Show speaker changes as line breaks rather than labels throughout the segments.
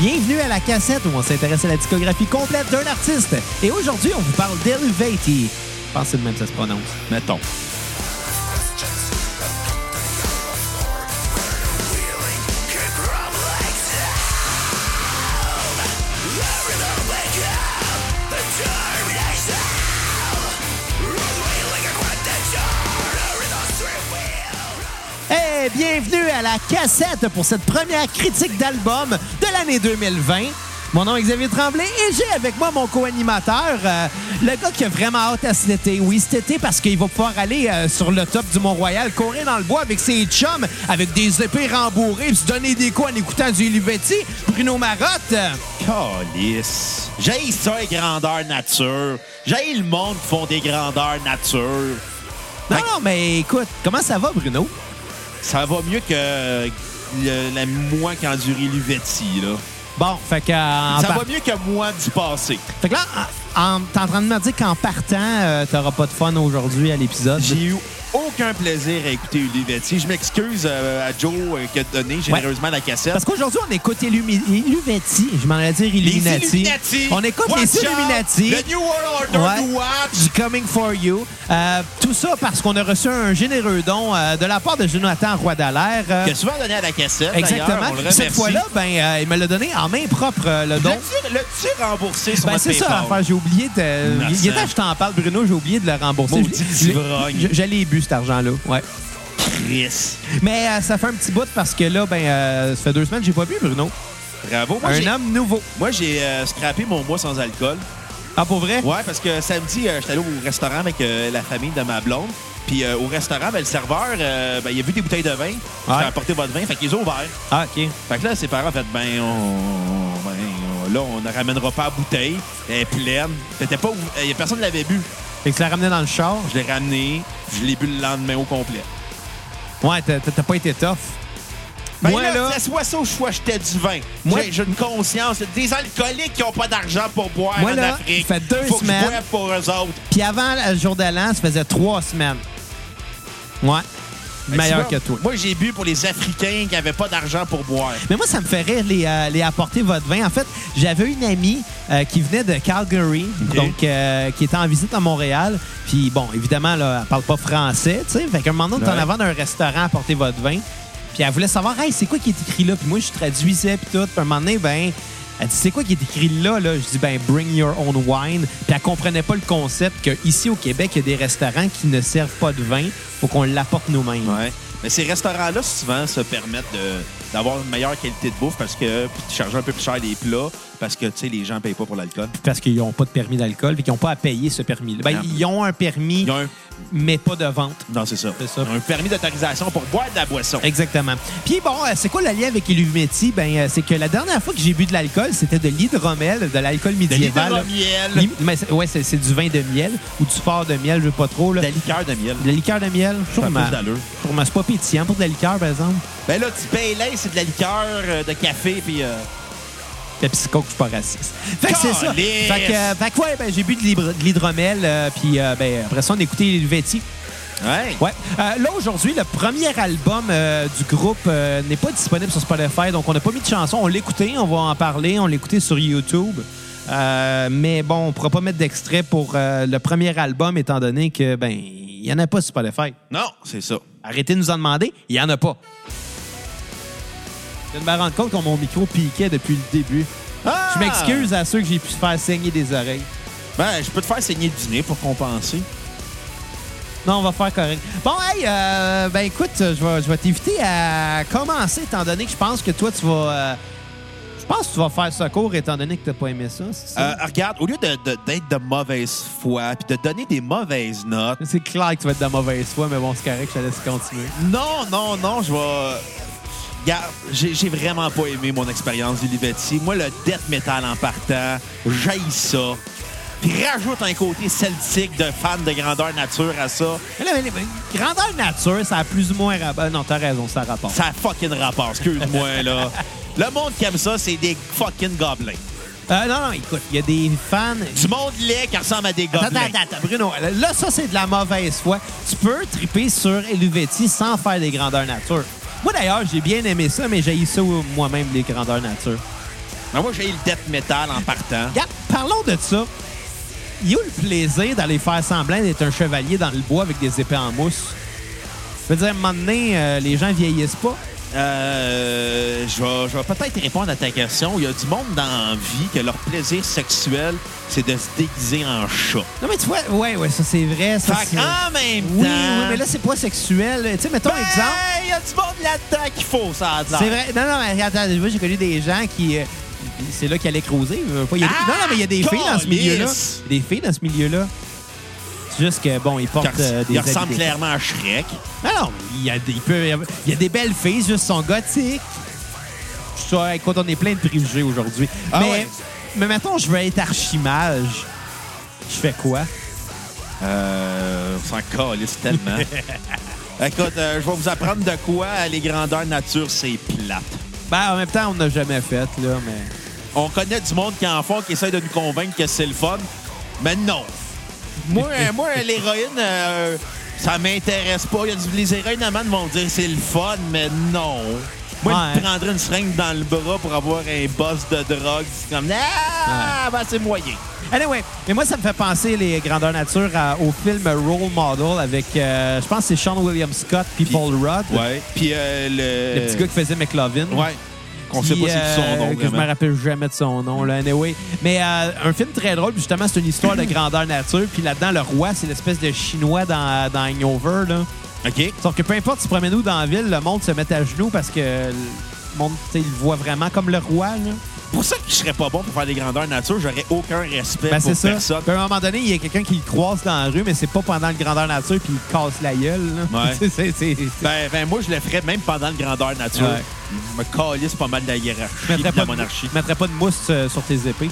Bienvenue à la cassette où on s'intéresse à la discographie complète d'un artiste. Et aujourd'hui, on vous parle d'Elvati. Je pense que c'est le même que ça se prononce.
Mettons.
Hey, bienvenue à la cassette pour cette première critique d'album de l'année 2020. Mon nom est Xavier Tremblay et j'ai avec moi mon co-animateur, euh, le gars qui a vraiment hâte à cet été. Oui, cet été parce qu'il va pouvoir aller euh, sur le top du Mont-Royal, courir dans le bois avec ses chums, avec des épées rembourrées, puis se donner des coups en écoutant du Livetti, Bruno Marotte.
Calice. J'ai ça, les grandeurs nature. J'ai le monde qui font des grandeurs nature.
Non, non, mais écoute, comment ça va, Bruno?
Ça va mieux que le- la moi qui a enduré Luvetti, là.
Bon, fait que... euh, en
ça
par-
va mieux que moi du passé.
Fait que là, en- en- t'es en train de me dire qu'en partant, euh, t'auras pas de fun aujourd'hui à l'épisode.
J'ai eu aucun plaisir à écouter Luvetti. Je m'excuse euh, à Joe euh, qui a donné généreusement la cassette.
Parce qu'aujourd'hui, on écoute Illumi- Illuminati. Je m'en allais dire
Les
Illuminati.
Illuminati.
On écoute
Watch
les
out.
Illuminati.
The New World Order
Ouais.
to watch.
du Coming For You. Euh, tout ça parce qu'on a reçu un généreux don euh, de la part de Jonathan Roy d'Alaire. Euh,
Qui a souvent donné à la cassette. d'ailleurs.
exactement.
On le
Puis
remercie.
Cette fois-là, ben, euh, il me l'a donné en main propre, euh, le don.
le tu remboursé sur
Ben,
notre
c'est ça
PayPal?
l'affaire. J'ai oublié de.
Innocent.
Il y a temps que je t'en parle, Bruno, j'ai oublié de le rembourser.
Maudit
Je l'ai-
ivrogne.
je- J'allais les bu, cet argent-là. Ouais.
Chris.
Mais euh, ça fait un petit bout parce que là, ben, euh, ça fait deux semaines que j'ai pas bu, Bruno.
Bravo. Moi,
un
j'ai-
homme nouveau.
Moi, j'ai euh, scrappé mon mois sans alcool.
Ah, pour vrai?
Ouais, parce que samedi, euh, j'étais allé au restaurant avec euh, la famille de ma blonde. Puis euh, au restaurant, ben, le serveur, euh, ben, il a vu des bouteilles de vin. Il a apporté votre vin, fait qu'ils ont ouvert.
Ah, OK.
Fait que là, ses parents ont fait, ben, on, ben, on- là, on ne ramènera pas la bouteille. Elle est pleine. C'était pas, où- euh, personne ne l'avait bu.
Fait que tu l'as ramené dans le char.
Je l'ai ramené. Je l'ai bu le lendemain au complet.
Ouais, t'as t'as- t'as pas été tough.
Ben
Moi,
là,
là-
c'est soit ça ou soit j'étais du vin.
Moi-
J'ai- j'ai une conscience. Il y a des alcooliques qui n'ont pas d'argent pour boire
Moi,
en
là,
Afrique.
ça fait deux
Faut
semaines.
que je boive pour eux autres.
Puis avant le jour de l'an, ça faisait trois semaines. Ouais.
Fait
Meilleur que
tu vois,
toi.
Moi, j'ai bu pour les Africains qui n'avaient pas d'argent pour boire.
Mais moi, ça me fait rire, les, euh, les apporter votre vin. En fait, j'avais une amie euh, qui venait de Calgary,
Ok.
donc euh, qui était en visite à Montréal. Puis bon, évidemment, là, elle parle pas français, tu sais. Fait qu'à un moment donné, on était
Ouais.
en avant d'un restaurant, apporter votre vin. Puis elle voulait savoir, hey, c'est quoi qui est écrit là? Puis moi, je traduisais, puis tout. Puis à un moment donné, ben, elle dit, c'est quoi qui est écrit là? là? Je dis, ben, bring your own wine. Puis elle comprenait pas le concept qu'ici, au Québec, il y a des restaurants qui ne servent pas de vin. Faut qu'on l'apporte nous-mêmes.
Ouais. Mais ces restaurants-là, souvent, se permettent de- d'avoir une meilleure qualité de bouffe parce que puis de charger un peu plus cher les plats parce que, tu sais, les gens ne payent pas pour l'alcool.
parce qu'ils n'ont pas de permis d'alcool et qu'ils n'ont pas à payer ce permis-là. Ben,
Ah.
ils ont un permis,
Ils ont un-
mais pas de vente.
Non, c'est ça.
C'est ça.
Un permis d'autorisation pour boire de la boisson.
Exactement. Puis bon, euh, c'est quoi le lien avec Illuminati? Ben, euh, c'est que la dernière fois que j'ai bu de l'alcool, c'était de l'hydromel, de l'alcool
De
médiéval.
l'hydromiel.
Li- mais c'est- ouais, c'est c'est du vin de miel ou du fort de miel, je veux pas trop. Là.
De la liqueur de miel.
De la liqueur de miel,
Ça a
sûrement.
plus d'allure.
Sûrement, c'est pas pétillant pour de la liqueur, par exemple.
Ben là, tu payes là, c'est de la liqueur euh, de café, puis... euh,
Pepsi Coke, je suis pas raciste. Fait que c'est ça.
Calisse!
Fait que, euh, fait que ouais, ben, j'ai bu de l'hydro- de l'hydromel, euh, puis euh, ben, après ça, on a écouté Illuminati.
Ouais.
Ouais. Euh, là, aujourd'hui, le premier album euh, du groupe euh, n'est pas disponible sur Spotify, donc on n'a pas mis de chanson. On l'écoutait, on va en parler, on l'écoutait sur YouTube. Euh, mais bon, on ne pourra pas mettre d'extrait pour euh, le premier album, étant donné que ben il n'y en a pas sur Spotify.
Non, c'est ça.
Arrêtez de nous en demander, il n'y en a pas. Je viens de me rendre compte que mon micro piquait depuis le début.
Ah!
Je m'excuse à ceux que j'ai pu faire saigner des oreilles.
Ben, je peux te faire saigner du nez pour compenser.
Non, on va faire correct. Bon, hey, euh, ben écoute, je vais, je vais t'éviter à commencer, étant donné que je pense que toi, tu vas... euh, je pense que tu vas faire secours, étant donné que t'as pas aimé ça, c'est ça?
Euh, regarde, au lieu de- de- d'être de, mauvaise foi puis de donner des mauvaises notes,
C'est clair que tu vas être de mauvaise foi, mais bon, c'est correct, je te laisse continuer.
non, non, non, je vais. Regarde, j'ai j'ai vraiment pas aimé mon expérience du Livetti. Moi, le death metal en partant, j'haïs ça. Puis rajoute un côté celtique de fan de grandeur nature à ça.
Mais là, mais- mais grandeur nature, ça a plus ou moins... rapport. Non, t'as raison, ça rapporte.
Ça a fucking rapport, excuse-moi, là. Le monde qui aime ça, c'est des fucking gobelins.
Euh, non, non, écoute, il y a des fans...
Du monde laid qui ressemble à des gobelins.
Attends, attends, attends, Bruno. Là, ça, c'est de la mauvaise foi. Tu peux triper sur Helvetii sans faire des grandeurs nature. Moi, d'ailleurs, j'ai bien aimé ça, mais j'ai ça moi-même, les grandeurs nature.
Mais moi, j'ai eu le death metal en partant.
Regarde, parlons de ça. Il y a eu le plaisir d'aller faire semblant d'être un chevalier dans le bois avec des épées en mousse. Je veux dire, à un moment donné, euh, les gens vieillissent pas.
Euh, je vais, je vais peut-être répondre à ta question. Il y a du monde dans la vie que leur plaisir sexuel, c'est de se déguiser en chat.
Non, mais tu vois, ouais, ouais, ça c'est vrai. Ça,
Fait
c'est-
qu'en même
Oui, oui,
temps...
mais là, c'est pas sexuel. Tu sais, mettons un
ben,
exemple.
Il y a du monde là-dedans qu'il faut, ça a de l'air.
C'est vrai. Non, non, mais attends, moi, j'ai connu des gens qui. euh, c'est là qu'ils allaient croiser. Non, non, mais il y a des
Ah,
filles dans ce milieu-là.
calice.
Des filles dans ce milieu-là. C'est juste que, bon, ils portent
Il
euh, des.
il ressemble
habits-
clairement à Shrek.
Non, non, il y, a des, il peut- il y a des belles filles, juste sont gothiques. Je sais, écoute, on est plein de préjugés aujourd'hui.
Ah
mais,
ouais.
mais mettons, je veux être archimage. Je fais quoi?
Euh, on s'en calisse tellement. Écoute, euh, je vais vous apprendre de quoi les grandeurs nature, c'est plate.
Ben, en même temps, on n'a jamais fait, là, mais.
On connaît du monde qui en font, qui essaie de nous convaincre que c'est le fun, mais non. Moi, euh, moi l'héroïne, euh, ça m'intéresse pas. Il y a du- les héroïnes amants vont dire c'est le fun, mais non. Moi, je
Ouais.
prendrais une seringue dans le bras pour avoir un boss de drogue. C'est comme, ah, ben, c'est moyen.
Anyway, mais moi, ça me fait penser, les grandeurs nature, à- au film Role Model avec, euh, je pense, que c'est Sean William Scott puis
Puis-
Paul Rudd,
Ouais. Puis euh, le...
le petit gars qui faisait McLovin.
Ouais. Qu'on sait pas
Puis,
c'est qui son
euh,
nom.
Que je
vraiment.
me rappelle jamais de son nom, là, anyway. Mais euh, un film très drôle, puis justement, c'est une histoire de grandeur nature. Puis là-dedans, le roi, c'est l'espèce de Chinois dans, dans Hangover, là.
OK.
Sauf que peu importe, tu te promènes où dans la ville, le monde se met à genoux parce que le monde, tu sais, il le voit vraiment comme le roi, là.
Pour ça que je serais pas bon pour faire des grandeurs nature, j'aurais aucun respect
Ben,
pour
c'est ça.
personne.
Puis à un moment donné, il y a quelqu'un qui le croise dans la rue, mais c'est pas pendant le grandeur nature, puis il casse la gueule. là.
Ouais.
C'est- c'est- c'est- c'est-
Ben, ben, moi, je le ferais même pendant le grandeur nature.
Ouais.
Je me calisse pas mal de la hiérarchie
Je
de
mettrais
la
pas
monarchie.
je mettrais pas de mousse euh, sur tes épées.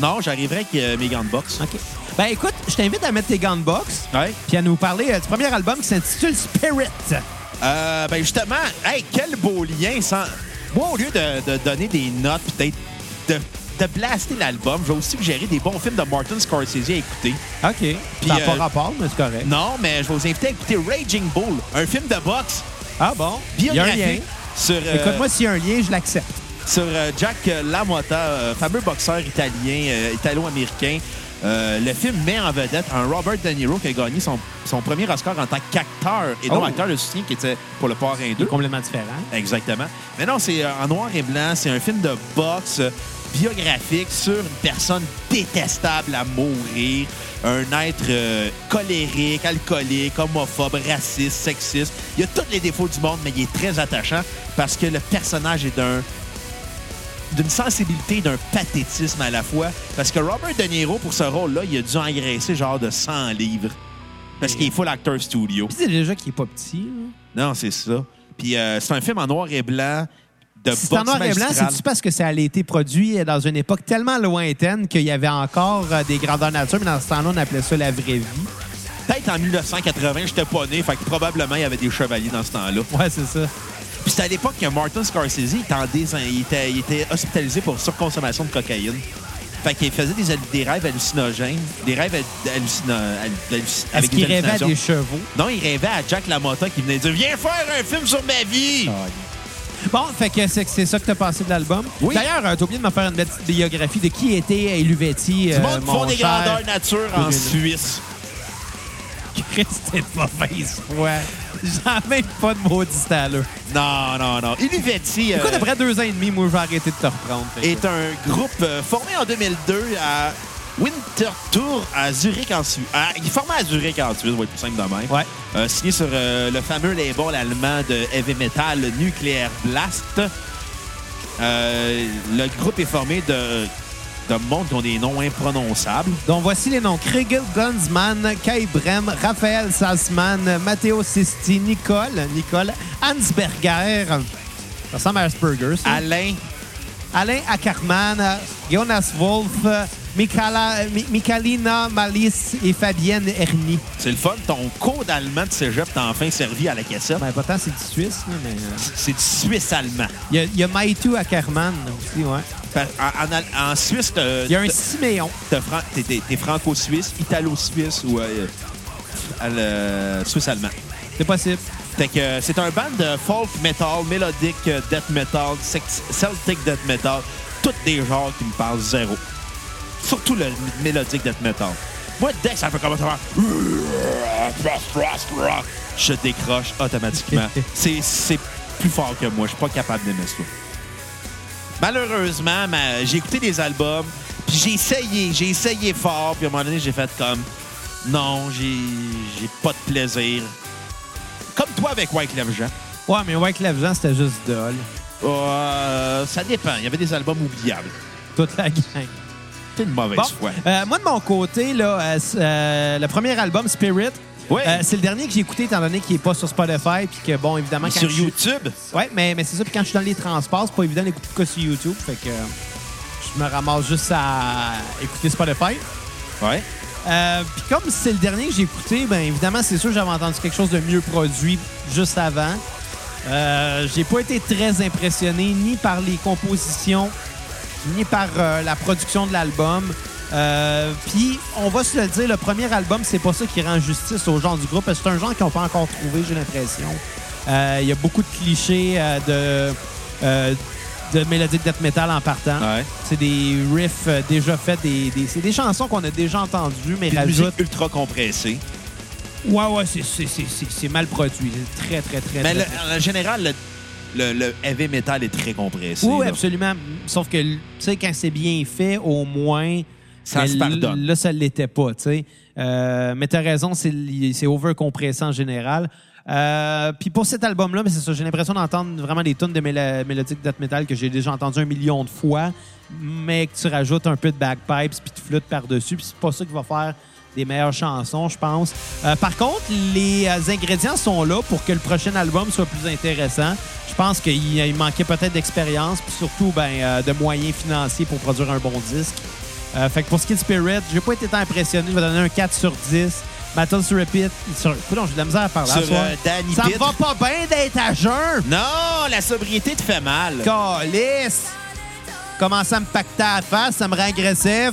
Non, j'arriverais avec euh, mes gants de boxe.
OK. Ben écoute, je t'invite à mettre tes gants de boxe,
Ouais.
puis à nous parler euh, du premier album qui s'intitule Spirit.
Euh, ben, justement, hey, quel beau lien. Sans... Moi, au lieu de, de donner des notes, peut-être de, de blaster l'album, je vais aussi suggérer des bons films de Martin Scorsese à écouter.
OK. Ça n'a
euh,
pas rapport, mais c'est correct.
Non, mais je vais vous inviter à écouter Raging Bull, un film de boxe
Ah bon? Il y a un lien.
biographique sur... euh,
Écoute-moi, s'il y a un lien, je l'accepte.
sur euh, Jack euh, Lamotta, euh, fameux boxeur italien, euh, italo-américain. Euh, le film met en vedette un Robert De Niro qui a gagné son, son premier Oscar en tant qu'acteur et non
Oh.
acteur de soutien qui était pour le Parrain 2.
Deux complètement différents.
Hein? Exactement. Mais non, c'est euh, en noir et blanc. C'est un film de boxe euh, biographique sur une personne détestable à mourir, un être euh, colérique, alcoolique, homophobe, raciste, sexiste. Il a tous les défauts du monde, mais il est très attachant parce que le personnage est d'un d'une sensibilité, d'un pathétisme à la fois. Parce que Robert De Niro, pour ce rôle-là, il a dû engraisser genre de 100 livres. Parce qu'il est full acteur studio.
Puis c'est déjà qu'il est pas petit. là.
Non, c'est ça. Puis euh, c'est un film en noir et blanc de
Si c'est
boxe
en noir et blanc,
magistrale.
c'est-tu parce que ça allait été produit euh, dans une époque tellement lointaine qu'il y avait encore euh, des grandeurs nature, mais dans ce temps-là, on appelait ça la vraie vie.
Peut-être en 1980, j'étais pas né, fait que probablement il y avait des chevaliers dans ce temps-là.
Ouais, c'est ça.
Puis c'était à l'époque que Martin Scorsese il était, en désin- il était, il était hospitalisé pour surconsommation de cocaïne. Fait qu'il faisait des, hallu- des rêves hallucinogènes, des rêves hal- hallucino- hal- halluc-
Parce
avec des
qu'il rêvait à
hallucinations.
des chevaux.
Non, il rêvait à Jack LaMotta qui venait dire Viens faire un film sur ma vie!
Ah, Bon, fait que c'est c'est ça que t'as pensé de l'album.
Oui.
D'ailleurs, euh, t'as oublié de me faire une petite biographie de qui était euh, Eluvetti.
Du monde qui font des grandeurs nature en
Oui,
Suisse.
Christophe mauvaise foi. J'en même pas de maudit à l'heure.
Non, non, non. Ilivetti.
Écoute,
euh,
après deux ans et demi, moi, je vais arrêter de te reprendre. Fait que-
est un groupe euh, formé en 2002 à Winterthur à Zurich en Suisse. Ah, il est formé à Zurich en Suisse, on va être plus simple de même.
Ouais.
Euh, signé sur euh, le fameux label allemand de heavy metal Nuclear Blast. Euh, le groupe est formé de, de monde qui ont des noms imprononçables.
Donc voici les noms. Kriegel Gunsman, Kai Brem, Raphaël Salzman, Matteo Sisti, Nicole, Nicole, Hans Berger, ça ressemble à Asperger, ça.
Alain,
Alain Ackermann, euh, Jonas Wolf, euh, Michaela- Mi- Michalina Malice et Fabienne Ernie.
c'est le fun, ton code allemand de cégep t'a enfin servi à la cassette.
Ben, pourtant, c'est du Suisse, là, mais... euh,
C'est du suisse-allemand.
Il y a- il y, a Maitu Ackermann aussi, ouais.
Par- En, en al- en Suisse, euh, t'as-
Il y a un
t'as-
Siméon.
T'es fran- t'es- t'es- t'es franco-suisse, italo-suisse ou euh, al- euh, suisse-allemand.
C'est possible.
Fait que euh, c'est un band de folk metal, mélodique euh, death metal, sex- celtic death metal, tout tous des genres qui me parlent zéro. Surtout le mélodique death metal. Moi, dès que ça peut commencer à faire... Je décroche automatiquement. C'est c'est plus fort que moi. Je suis pas capable d'aimer ça. Malheureusement, ma- j'ai écouté des albums, puis j'ai essayé, j'ai essayé fort, puis à un moment donné, j'ai fait comme... Non, j'ai j'ai pas de plaisir. Comme toi avec Wyclef Jean.
Ouais, mais Wyclef Jean, c'était juste du dol.
Euh, ça dépend. Il y avait des albums oubliables.
Toute la gang.
T'es une mauvaise
Bon,
foi.
euh, moi, de mon côté, là, euh, c- euh, le premier album, Spirit,
Oui.
euh, c'est le dernier que j'ai écouté, étant donné qu'il n'est pas sur Spotify, puis que, bon, évidemment... quand
Sur
je suis-
YouTube,
Ouais, mais, mais c'est ça. Puis quand je suis dans les transports, c'est pas évident d'écouter de quoi sur YouTube. Fait que euh, je me ramasse juste à écouter Spotify. Hein?
ouais.
Euh, Puis comme c'est le dernier que j'ai écouté, ben évidemment, c'est sûr que j'avais entendu quelque chose de mieux produit juste avant. Euh, j'ai pas été très impressionné ni par les compositions, ni par euh, la production de l'album. Euh, Puis, on va se le dire, le premier album, c'est pas ça qui rend justice au genre du groupe. parce que C'est un genre qu'ils n'ont pas encore trouvé, j'ai l'impression. Euh, Il y a beaucoup de clichés euh, de, euh, de mélodique death metal en partant.
ouais.
C'est des riffs euh, déjà faits, des, des- c'est des chansons qu'on a déjà entendues, mais
Puis une
rajoutent.
musique ultra compressée.
Ouais, ouais, c'est- c'est- c'est c'est- c'est mal produit. C'est Très, très, très. très-
Mais le- en général, le, le, le heavy metal est très compressé.
Oui, oui,
là.
absolument. Sauf que, tu sais, quand c'est bien fait, au moins.
Ça
mais
se pardonne.
Là, ça ne l'était pas, tu sais. Euh, mais tu as raison, c'est li- c'est over-compressé en général. Euh, Puis pour cet album-là, mais c'est ça, j'ai l'impression d'entendre vraiment des tonnes de méla- mélodiques death metal que j'ai déjà entendues un million de fois, mais que tu rajoutes un peu de bagpipes puis de flûte par-dessus, puis c'est pas ça qui va faire des meilleures chansons, je pense. Euh, par contre, les euh, ingrédients sont là pour que le prochain album soit plus intéressant. Je pense qu'il il manquait peut-être d'expérience, puis surtout ben, euh, de moyens financiers pour produire un bon disque. Euh, fait que pour ce qui est de Spirit, j'ai pas été tant impressionné. Je vais donner un 4 sur 10. Battle sur Repeat. Sur... Coudon, j'ai de la misère à parler.
Sur,
à soir.
euh, Danny
ça me
Pitt.
va pas bien d'être à jeun.
Non, la sobriété te fait mal.
Calice! Commencer à me pacter à la face, ça me rend agressif.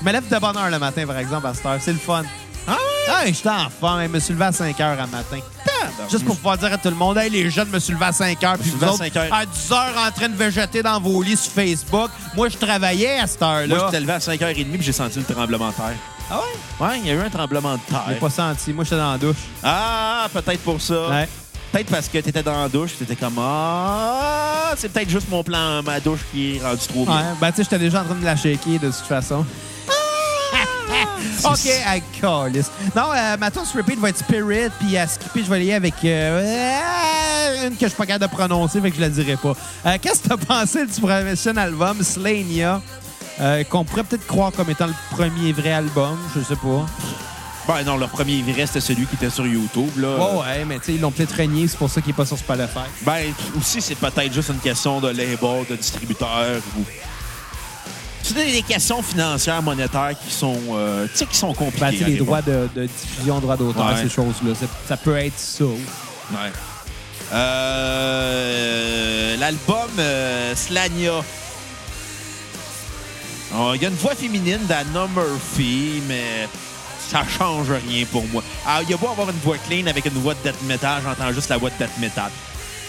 Je me lève de bonne heure le matin, par exemple, à cette heure. C'est le fun.
Ah ouais?
Ah, j'étais en forme. Je me suis levé à 5 heures le matin.
Ah, ben
Juste pour pouvoir dire à tout le monde, hey, les jeunes, je me suis levé à 5 heures, puis
suis
vous
levé à
autres,
5 heures.
à 10 heures, en train de végéter dans vos lits sur Facebook. Moi, je travaillais à cette heure-là.
Moi, je suis levé à 5h30 puis j'ai senti le tremblement de terre.
ah ouais?
Ouais, il y a eu un tremblement de
J'ai
terre.
pas senti. Moi, j'étais dans la douche.
Ah, peut-être pour ça.
Ouais.
Peut-être parce que t'étais dans la douche puis t'étais comme Ah, c'est peut-être juste mon plan, ma douche qui est rendu trop bien.
Ouais. Ben, tu sais, j'étais déjà en train de la shaker, de toute façon. OK, I call this. Non, euh, ma tune sur repeat va être Spirit, puis à skipper, je vais aller avec euh, euh, une que je suis pas capable de prononcer, fait que je la dirai pas. Euh, Qu'est-ce que t'as pensé du prochain album, Slania, euh, qu'on pourrait peut-être croire comme étant le premier vrai album, je sais pas.
Ben non, leur premier vrai, c'était celui qui était sur YouTube. Là.
Ouais, ouais, mais tu sais, ils l'ont peut-être renié, c'est pour ça qu'il est pas sur Spotify.
Ben, aussi, c'est peut-être juste une question de label, de distributeur. Ou... C'est des des questions financières, monétaires qui sont, euh, tu sais, qui sont compliquées.
Ben, tu sais,
à
les
l'époque.
droits de, de diffusion, droits d'auteur,
Ouais.
ces choses-là, c'est- ça peut être ça.
Ouais. Euh, L'album euh, Slania. Oh, Il y a une voix féminine d'Anna Murphy, mais ça change rien pour moi. Alors, il y a beau avoir une voix clean avec une voix de death metal, j'entends juste la voix de death metal.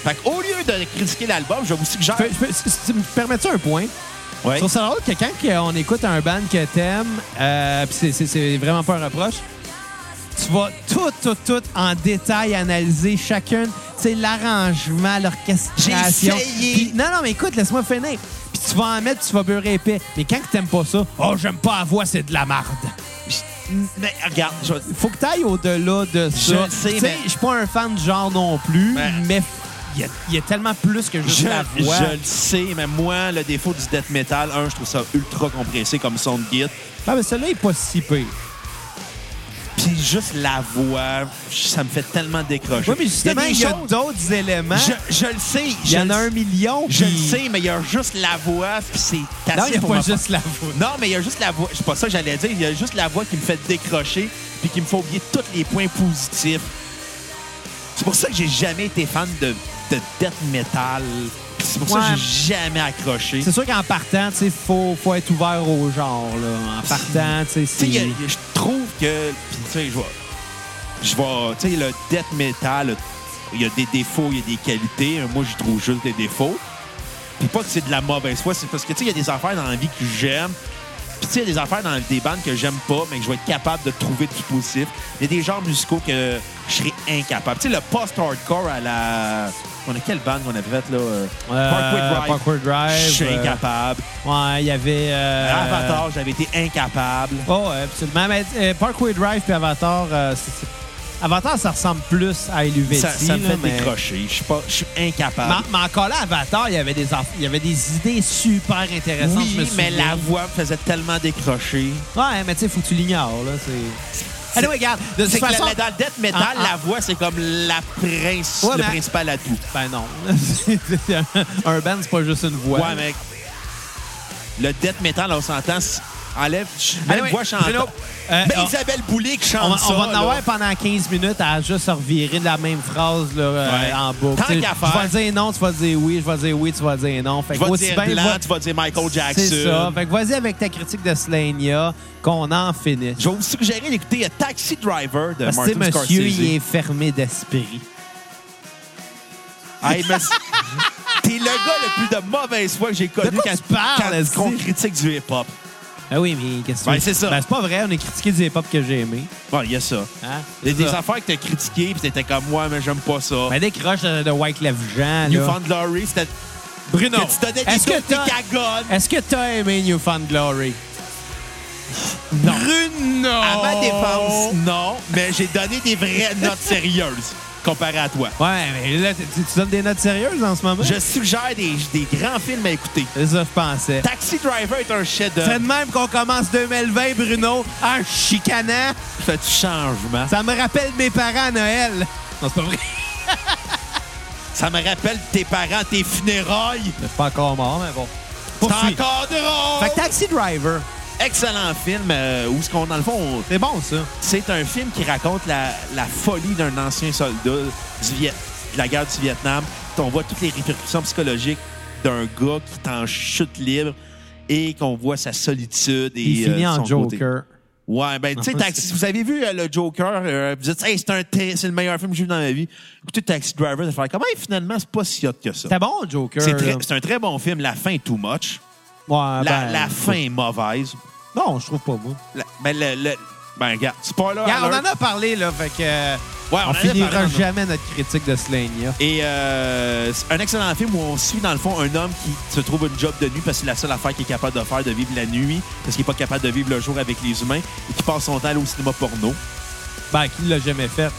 Fait que, au lieu de critiquer l'album, je vous suggère.
Fais- je peux- si- si tu me permets-tu un point?
Ouais.
Je trouve ça drôle que quand que on écoute un band que t'aimes, euh, puis c'est- c'est- c'est vraiment pas un reproche, tu vas tout, tout, tout en détail analyser chacune, tu sais, l'arrangement, l'orchestration.
J'ai essayé.
Puis- non, non, mais écoute, laisse-moi finir. Puis tu vas en mettre, tu vas beurrer épais. Mais quand que t'aimes pas ça, oh, j'aime pas la voix, c'est de la marde.
Mais regarde, je vais-
Faut que t'ailles au-delà de ça.
le sais,
Tu sais,
mais-
je suis pas un fan de genre non plus,
Mais-
mais il y, a- il y a tellement plus que juste
Je,
la voix.
je le sais, mais moi, le défaut du death metal, un, je trouve ça ultra compressé comme son de guide.
Ah, mais celui-là, il est pas si pire.
Puis juste la voix, ça me fait tellement décrocher.
Oui, mais justement,
des
il y a,
choses-
d'autres éléments.
Je, je le sais.
Il y
je
en a
le-
un million.
Je le
puis-
sais, mais il y a juste la voix, puis c'est assez
Non, il n'y a
pour
pas
ma part.
juste la voix.
Non, mais il y a juste la voix. C'est pas ça que j'allais dire. Il y a juste la voix qui me fait décrocher, puis qui me fait oublier tous les points positifs. C'est pour ça que j'ai jamais été fan de, de death metal. Puis C'est pour ça
Ouais.
que j'ai jamais accroché.
C'est sûr qu'en partant, tu sais, faut, faut être ouvert au genre, là. En partant, tu sais,
Tu sais, il y a-
c'est...
il y a- je trouve que. Puis, tu sais, je vois. Je vois. Tu sais, le death metal, il y a des défauts, il y a des qualités. Moi, je trouve juste des défauts. Puis pas que c'est de la mauvaise foi, c'est parce que, tu sais, il y a des affaires dans la vie que j'aime. Puis, tu sais, il y a des affaires dans des bandes que j'aime pas, mais que je vais être capable de trouver du positif. Il y a des genres musicaux que je serais incapable. Tu sais, le post-hardcore à la. On a quelle bande qu'on avait faite, là euh,
Euh, Parkway Drive,
Je suis
euh,
incapable.
Ouais, il y avait. euh,
Avatar, j'avais été incapable.
Oh, ouais, absolument. Mais euh, Parkway Drive puis Avatar, euh, c'est- c'est- Avatar, ça ressemble plus à Illuvetti.
Ça, ça me
là,
fait
mais-
décrocher. Je suis pas- je suis
Mais,
incapable.
mais encore là, Avatar, il y avait des, aff- il y avait des idées super intéressantes. je me
oui, mais
souviens.
la voix me faisait tellement décrocher.
Ouais, mais tu sais, faut que tu l'ignores, là. C'est. Allez, regarde. De toute
C'est que
façon.
la- dans le death metal,
Ah, ah.
la voix, c'est comme la prince,
Ouais,
le
mais-
principal atout.
Ben non. un band, c'est pas juste une voix.
Ouais, mec. Le death metal, on s'entend, s- enlève même
Anyway,
voix chantante.
Ben Bruno, euh,
Ben,
on-
Isabelle Boulay qui
On,
chante
va- on
ça.
va en
là.
avoir pendant 15 minutes à juste se revirer de la même phrase là, euh,
Ouais.
en boucle.
Tant
Tu sais,
qu'à faire.
Je vais dire non, tu vas dire oui, je vais dire oui, tu vas dire non. Fait
Tu
que
vas
aussi
dire
bien,
Blanc,
va-
tu vas dire Michael Jackson.
C'est ça. Fait que vas-y avec ta critique de Slania, qu'on en finisse.
Je vais vous suggérer d'écouter euh, Taxi Driver de
Parce que tu sais,
Martin Scorsese.
monsieur, il est fermé d'esprit.
Hey, mais c'est- T'es le gars le plus de mauvaise foi que j'ai connu
De quoi
quand
tu parles, est-ce
quand on
que-
critique du hip-hop.
Ah oui, mais qu'est-ce que tu
Ben,
veux?
c'est ça.
Ben, c'est pas vrai, on a critiqué du hip-hop que j'ai aimé.
Bon, il y a ça.
Hein?
Il y a des
C'est ça.
affaires que t'as critiquées, puis t'étais comme, ouais, mais j'aime pas ça.
Ben, des croches de, de White Left Jean.
You
là.
Found Glory, c'était.
Bruno,
que tu donnais des
est-ce que
coups de
t'as-
cagone.
Est-ce que t'as aimé Newfound Glory?
Non.
Bruno!
À ma défense, non, mais j'ai donné des vraies notes sérieuses comparé à toi.
Ouais, mais là, tu, tu donnes des notes sérieuses en ce moment?
Je suggère des, des grands films à écouter.
C'est ça, que je pensais.
Taxi Driver est un
C'est
chef-d'œuvre.
de même qu'on commence 2020, Bruno, en chicanant.
Fait du changement.
Ça me rappelle mes parents à Noël. Non, c'est pas vrai.
Ça me rappelle tes parents, tes funérailles.
C'est pas encore mort, mais bon.
C'est
Poursuis.
encore
Fait que
drôle.
Taxi Driver,
Excellent film euh, où ce qu'on dans le fond, on-
c'est bon, ça.
c'est un film qui raconte la, la folie d'un ancien soldat du Viet- de la guerre du Vietnam. On voit toutes les répercussions psychologiques d'un gars qui est en chute libre et qu'on voit sa solitude et
Il finit
euh,
en
son côté.
Joker.
Ouais, ben tu sais, Taxi, vous avez vu euh, le Joker, euh, vous dites, hey, c'est un t- c'est le meilleur film que j'ai vu dans ma vie. Écoutez, Taxi Driver, ça fait comment finalement c'est pas si hot que ça.
C'était bon, Joker.
C'est très-
là.
c'est un très bon film. La fin est too much.
Ouais,
La,
ben,
la fin est mauvaise.
Non, je trouve pas, moi.
La- ben, le, le- ben, regarde, spoiler
Regarde,
alert.
on en a parlé, là, fait que... euh,
Ouais, on
on
en a
Ah, finira
parlé, on en a-
jamais notre critique de Slania.
Et euh, c'est un excellent film où on suit, dans le fond, un homme qui se trouve une job de nuit parce que c'est la seule affaire qu'il est capable de faire, de vivre la nuit, parce qu'il n'est pas capable de vivre le jour avec les humains, et qui passe son temps à aller au cinéma porno.
Ben, qui l'a jamais fait?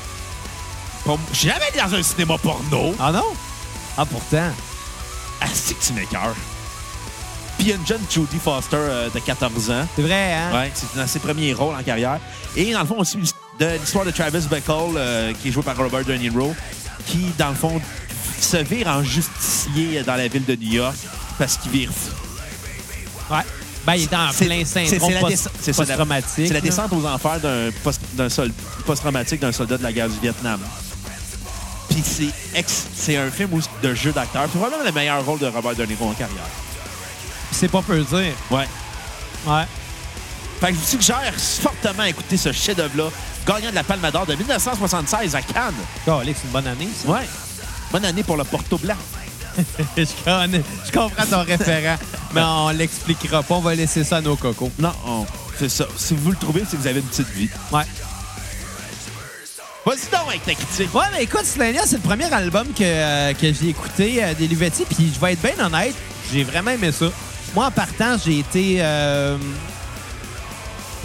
Pas- Je suis jamais allé dans un cinéma porno.
Ah non? Ah, pourtant.
Ah, c'est que tu m'écoeures. Puis il y a une jeune Jodie Foster euh, de 14 ans.
C'est vrai, hein?
Ouais, c'est dans ses premiers rôles en carrière. Et dans le fond, on suit l'his- de l'histoire de Travis Bickle, euh, qui est joué par Robert De Niro, qui, dans le fond, se vire en justicier dans la ville de New York parce qu'il vire fou.
Ouais. Ben, il est en
C'est-
plein
c'est-
syndrome
c'est la
post-
descente- c'est ça, la-
post-traumatique.
C'est la
là.
descente aux enfers d'un post- d'un sol- post-traumatique d'un soldat de la guerre du Vietnam. Puis c'est ex- c'est un film où- de jeu d'acteur. C'est probablement le meilleur rôle de Robert De Niro en carrière.
Puis C'est pas peu dire.
Ouais.
Ouais.
Fait que je vous suggère fortement d'écouter ce chef-d'œuvre-là, gagnant de la Palme d'Or de 1976 à Cannes.
Calé, c'est une bonne année, ça.
Ouais. Bonne année pour le Porto Blanc.
je, connais- je comprends ton référent, mais on l'expliquera pas. On va laisser ça à nos cocos.
Non, on- c'est ça. Si vous le trouvez, c'est que vous avez une petite vie.
Ouais.
Vas-y donc avec ta critique.
Ouais, mais écoute, Slania, c'est le premier album que, euh, que j'ai écouté euh, des Luvetti, puis je vais être bien honnête, j'ai vraiment aimé ça. Moi, en partant, j'ai été. euh,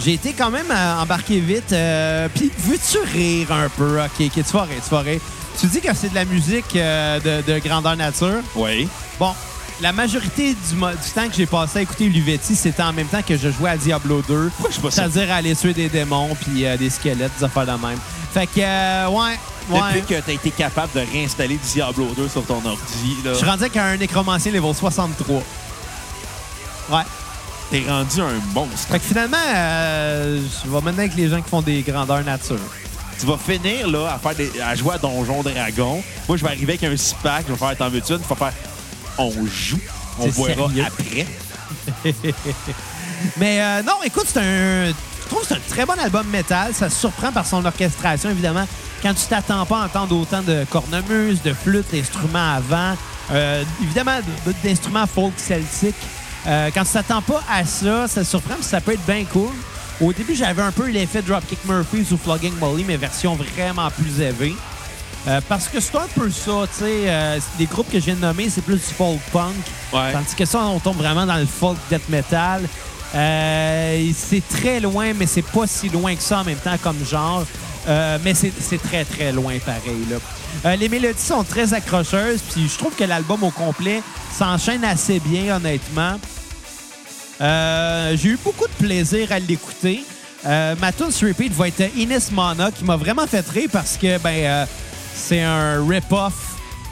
j'ai été quand même euh, embarqué vite. euh, puis veux-tu rire un peu? OK, OK, tu vas rire, tu vas rire. Tu dis que c'est de la musique euh, de, de grandeur nature.
Oui.
Bon, la majorité du, mo- du temps que j'ai passé à écouter Luvetti, c'était en même temps que je jouais à Diablo 2.
Pourquoi je suis pas ça?
C'est-à-dire à aller tuer des démons, puis euh, des squelettes, des affaires de même. Fait que, euh, ouais, ouais.
Depuis que t'as été capable de réinstaller Diablo 2 sur ton ordi, là,
Je suis rendu avec un nécromancien level 63. Ouais.
t'es rendu un monstre.
Fait que finalement, euh, je vais maintenant avec les gens qui font des grandeurs nature.
Tu vas finir là à faire des- à jouer à Donjon Dragon. Moi, je vais arriver avec un six pack, je vais faire t'en veux-tu une? Faut faire on joue, on
C'est
verra
sérieux.
après.
Mais euh, non, écoute, c'est un. Je trouve que c'est un très bon album métal. Ça se surprend par son orchestration, évidemment. Quand tu t'attends pas à entendre autant de cornemuses, de flûtes, d'instruments avant, euh, évidemment, d- d'instruments folk celtiques. Euh, quand tu t'attends pas à ça, ça te surprend, mais ça peut être bien cool. Au début, j'avais un peu l'effet Dropkick Murphys ou Flogging Molly, mais version vraiment plus élevée. Euh, parce que c'est un peu ça, tu sais. euh, c'est des groupes que j'ai nommés, c'est plus du folk punk.
Ouais.
Tandis que ça, on tombe vraiment dans le folk death metal. Euh, c'est très loin, mais c'est pas si loin que ça en même temps comme genre. Euh, mais c'est c'est très, très loin pareil. Là. Euh, les mélodies sont très accrocheuses, puis je trouve que l'album au complet s'enchaîne assez bien, honnêtement. Euh, j'ai eu beaucoup de plaisir à l'écouter. Euh, ma tune sur repeat va être Ines Mana, qui m'a vraiment fait rire parce que ben euh, c'est un rip-off,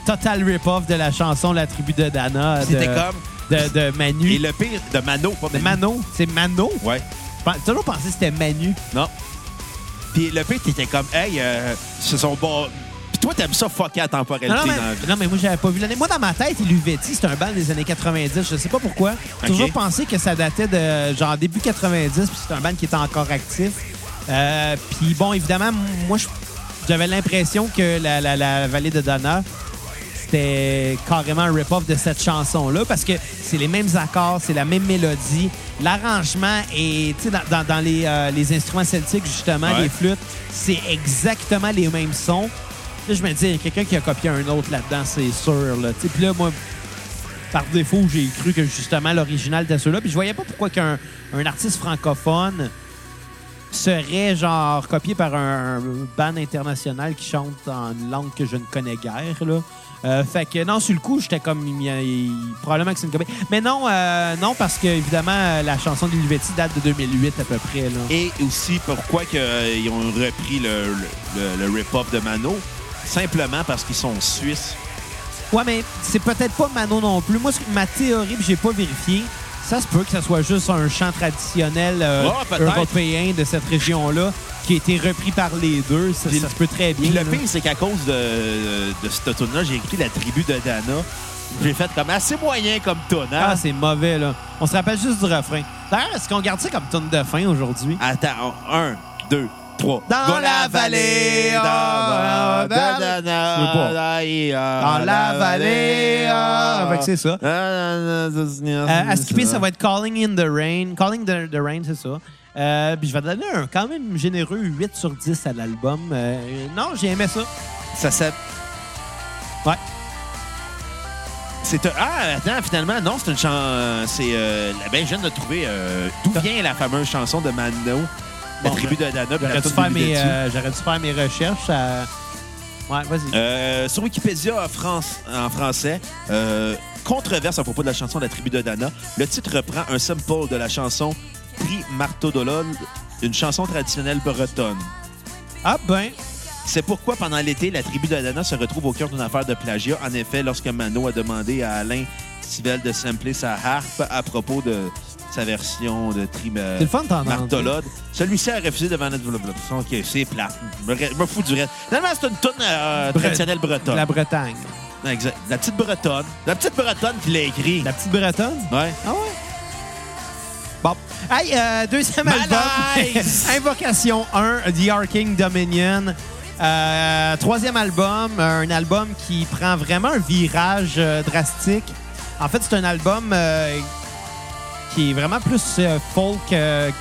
total rip-off de la chanson La tribu de Dana. de-
C'était comme-
De, de Manu.
Et le pire, de Mano, pas
De
Manu.
Mano. C'est Mano?
Ouais.
Pen- J'ai toujours pensé que c'était Manu.
Non. Puis le pire, t'étais comme, hey, euh, ce sont bons. Puis toi, t'aimes ça fucker la temporalité
Non, non,
dans la
mais,
vie.
non, mais moi, j'avais pas vu l'année. Moi, dans ma tête, Luvetti, c'est un band des années 90. Je sais pas pourquoi. J'ai
Ok.
toujours pensé que ça datait de genre début 90, puis c'est un band qui était encore actif. Euh, puis bon, évidemment, m- moi, je- j'avais l'impression que la, la- la vallée de Donna, c'était carrément un rip-off de cette chanson-là, parce que c'est les mêmes accords, c'est la même mélodie. L'arrangement est, tu sais, dans, dans- dans les, euh, les instruments celtiques, justement,
Ouais.
les flûtes, c'est exactement les mêmes sons. Là, je me dis, il y a quelqu'un qui a copié un autre là-dedans, c'est sûr. Là. Tu sais, Puis là, moi, par défaut, j'ai cru que justement l'original était celui-là. Puis je voyais pas pourquoi qu'un un artiste francophone serait genre copié par un, un band international qui chante en une langue que je ne connais guère. Là. Euh, fait que non, sur le coup, j'étais comme. il- il- probablement que c'est une copie. Mais non, euh, non parce que évidemment, euh, la chanson de Livetti date de 2008 à peu près. Là.
Et aussi, pourquoi que, euh, ils ont repris le, le- le- le rip-off de Mano? Simplement parce qu'ils sont suisses.
Ouais, mais c'est peut-être pas Manon non plus. Moi, ce que- ma théorie, puis j'ai pas vérifié, ça se peut que ça soit juste un chant traditionnel euh,
Ah, peut-être.
européen de cette région-là qui a été repris par les deux. Ça,
Puis
ça se peut très
Puis
bien.
le
là.
pire, c'est qu'à cause de, de cette tune là j'ai écrit la tribu de Dana. J'ai fait comme assez moyen comme tune. hein?
Ah, c'est mauvais, là. On se rappelle juste du refrain. D'ailleurs, est-ce qu'on garde ça comme tonne de fin aujourd'hui?
Attends, un, deux, trois.
Dans la vallée, ah, dans- Je veux pas.
Dans
ah. Fait que c'est ça.
Ah,
Euh, à skipper, ça va être Calling in the Rain. Calling the, the Rain, c'est ça. Euh, puis je vais donner un quand même généreux 8 sur 10 à l'album. Euh, non, j'ai aimé ça.
Ça, s'app-
Ouais.
C'est un- Ah, attends, finalement, non, c'est une chanson. C'est. euh, la- ben, je viens de trouver euh, d'où vient la fameuse chanson de Mano, la
Bon, ben,
tribu de Dana. puis la
J'aurais dû,
toune
faire
de
mes,
Ludetti.
euh, j'aurais dû faire mes recherches. à- Ouais, vas-y.
Euh, sur Wikipédia en, France, en français, euh, controverse à propos de la chanson de la tribu de Dana, le titre reprend un sample de la chanson Prix Marteau d'Olonne, une chanson traditionnelle bretonne.
Ah ben,
C'est pourquoi, pendant l'été, la tribu de Dana se retrouve au cœur d'une affaire de plagiat. En effet, lorsque Mano a demandé à Alain Sivelle de sampler sa harpe à propos de sa version de tri
c'est le fun de t'en entendre.
Martolode, celui-ci a refusé devant notre... Ok, c'est plat. Je me- je me fous du reste. Finalement, c'est une toune euh,
Bre-
traditionnelle bretonne.
La Bretagne.
Exact. La petite bretonne. La petite bretonne qui l'a écrit.
La petite Bretonne?
Ouais.
Ah ouais? Bon. Hey, euh, deuxième album.
Malaise!
Invocation 1, The Arking Dominion. Euh, troisième album, un album qui prend vraiment un virage euh, drastique. En fait, c'est un album euh, qui est vraiment plus euh, folk, euh,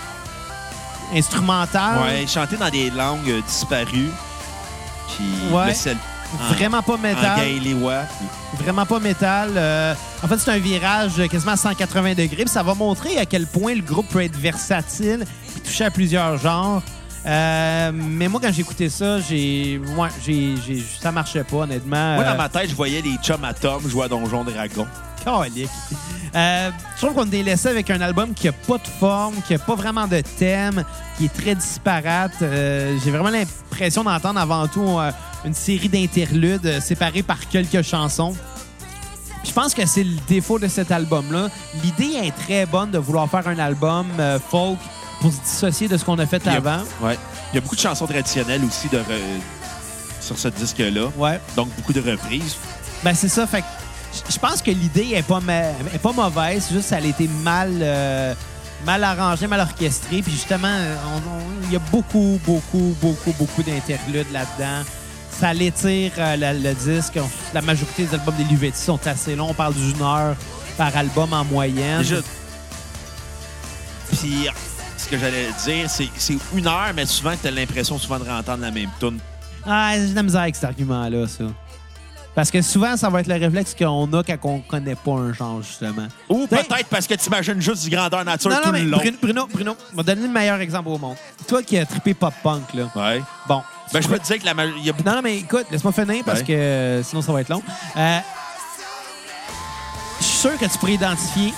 instrumental.
Ouais, chanté dans des langues euh, disparues. Qui...
Ouais.
le sel- en-
Vraiment pas
En
métal.
gaéliwa.
vraiment pas métal. Euh, en fait, c'est un virage quasiment à 180 degrés. puis ça va montrer à quel point le groupe peut être versatile et toucher à plusieurs genres. Euh, mais moi, quand j'ai écouté ça, j'ai, ouais, j'ai, j'ai- ça marchait pas, honnêtement.
Moi,
Euh,
dans ma tête, je voyais les chums à Tom jouer à Donjon Dragon.
Calique. Euh, je trouve qu'on est laissé avec un album qui a pas de forme, qui a pas vraiment de thème, qui est très disparate. Euh, J'ai vraiment l'impression d'entendre avant tout euh, une série d'interludes euh, séparés par quelques chansons. Je pense que c'est le défaut de cet album-là. L'idée est très bonne de vouloir faire un album euh, folk pour se dissocier de ce qu'on a fait
Il y a-
avant.
Ouais. Il y a beaucoup de chansons traditionnelles aussi de re- sur ce disque-là.
Ouais.
Donc, beaucoup de reprises.
Ben c'est ça, fait que j- je pense que l'idée est pas ma- est pas mauvaise, c'est juste qu'elle a été mal euh, mal arrangée, mal orchestrée, euh, puis justement on- on- il y a beaucoup beaucoup beaucoup beaucoup d'interludes là-dedans. ça l'étire euh, le, le disque. La majorité des albums des Livetti sont assez longs. On parle d'une heure par album en moyenne.
Déjà. Puis, ce que j'allais dire, c'est c'est une heure, mais souvent, t'as l'impression souvent de réentendre la même tune.
Ah, j'ai de la misère avec cet argument-là, ça. Parce que souvent, ça va être le réflexe qu'on a quand on connaît pas un genre, justement.
Ou
T'sais-
peut-être parce que t'imagines juste du grandeur nature
Ben- Non,
tout
non, mais
le long.
Bruno, Bruno, Bruno, m'a donné le meilleur exemple au monde. Toi qui as trippé pop-punk, là.
Ouais.
Bon.
Ben, je peux te dire que la ma- il y a beaucoup.
Non, non, mais écoute, laisse-moi finir parce
Ouais.
que euh, sinon ça va être long. Euh, je suis sûr que tu pourrais identifier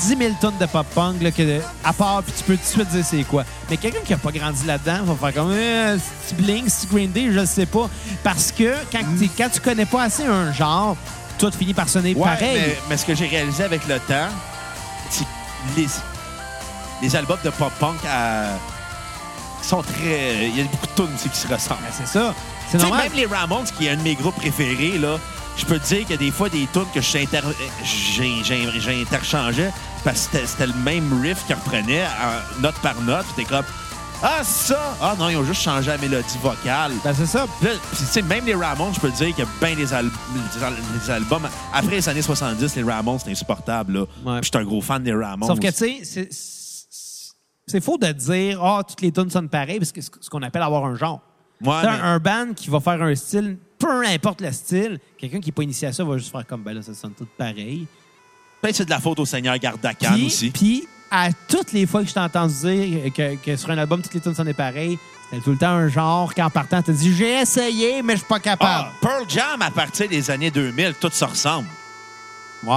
10 000 tonnes de pop-punk là, que, à part, puis tu peux tout de suite dire c'est quoi. Mais quelqu'un qui n'a pas grandi là-dedans va faire comme euh, c'est Blink, c'est Green Day, je ne sais pas. Parce que quand, tu quand tu connais pas assez un genre, tout finit par sonner
Ouais,
pareil.
Mais, mais ce que j'ai réalisé avec le temps, c'est que les, les albums de pop-punk euh, sont très. Il y a beaucoup de tunes aussi qui se ressemblent.
Ben, c'est ça. C'est
Tu sais,
normal.
même les Ramones, qui est un de mes groupes préférés, là, je peux te dire que des fois, des tunes que j'ai inter- j'ai- j'ai- j'ai interchangé, c'est parce que c'était- c'était le même riff qu'ils reprenaient en- note par note. Puis t'es comme, ah, ça! Ah non, ils ont juste changé la mélodie vocale.
Ben, c'est ça.
Puis là, puis tu sais, même les Ramones, je peux te dire qu'il y a bien des, al- des al- des albums. Après les années 70, les Ramones, c'est insupportable. Là.
Ouais.
Puis je suis un gros fan des Ramones.
Sauf que, tu sais, c'est- c'est- c'est faux de dire, ah, toutes les tunes sonnent pareilles, parce que c'est ce qu'on appelle avoir un genre.
Ouais,
Tu sais,
mais-
Un band qui va faire un style, peu importe le style, quelqu'un qui n'est pas initié à ça va juste faire comme, ben là, ça sonne tout pareil.
peut-être que c'est de la faute au Seigneur Gardacan
Puis,
aussi.
puis, à toutes les fois que je t'ai entendu dire que, que sur un album, toutes les tunes sonnaient pareilles, c'était tout le temps un genre qu'en partant, tu dit, j'ai essayé, mais je suis pas capable.
Ah, Pearl Jam, à partir des années 2000, tout se ressemble.
Ouais,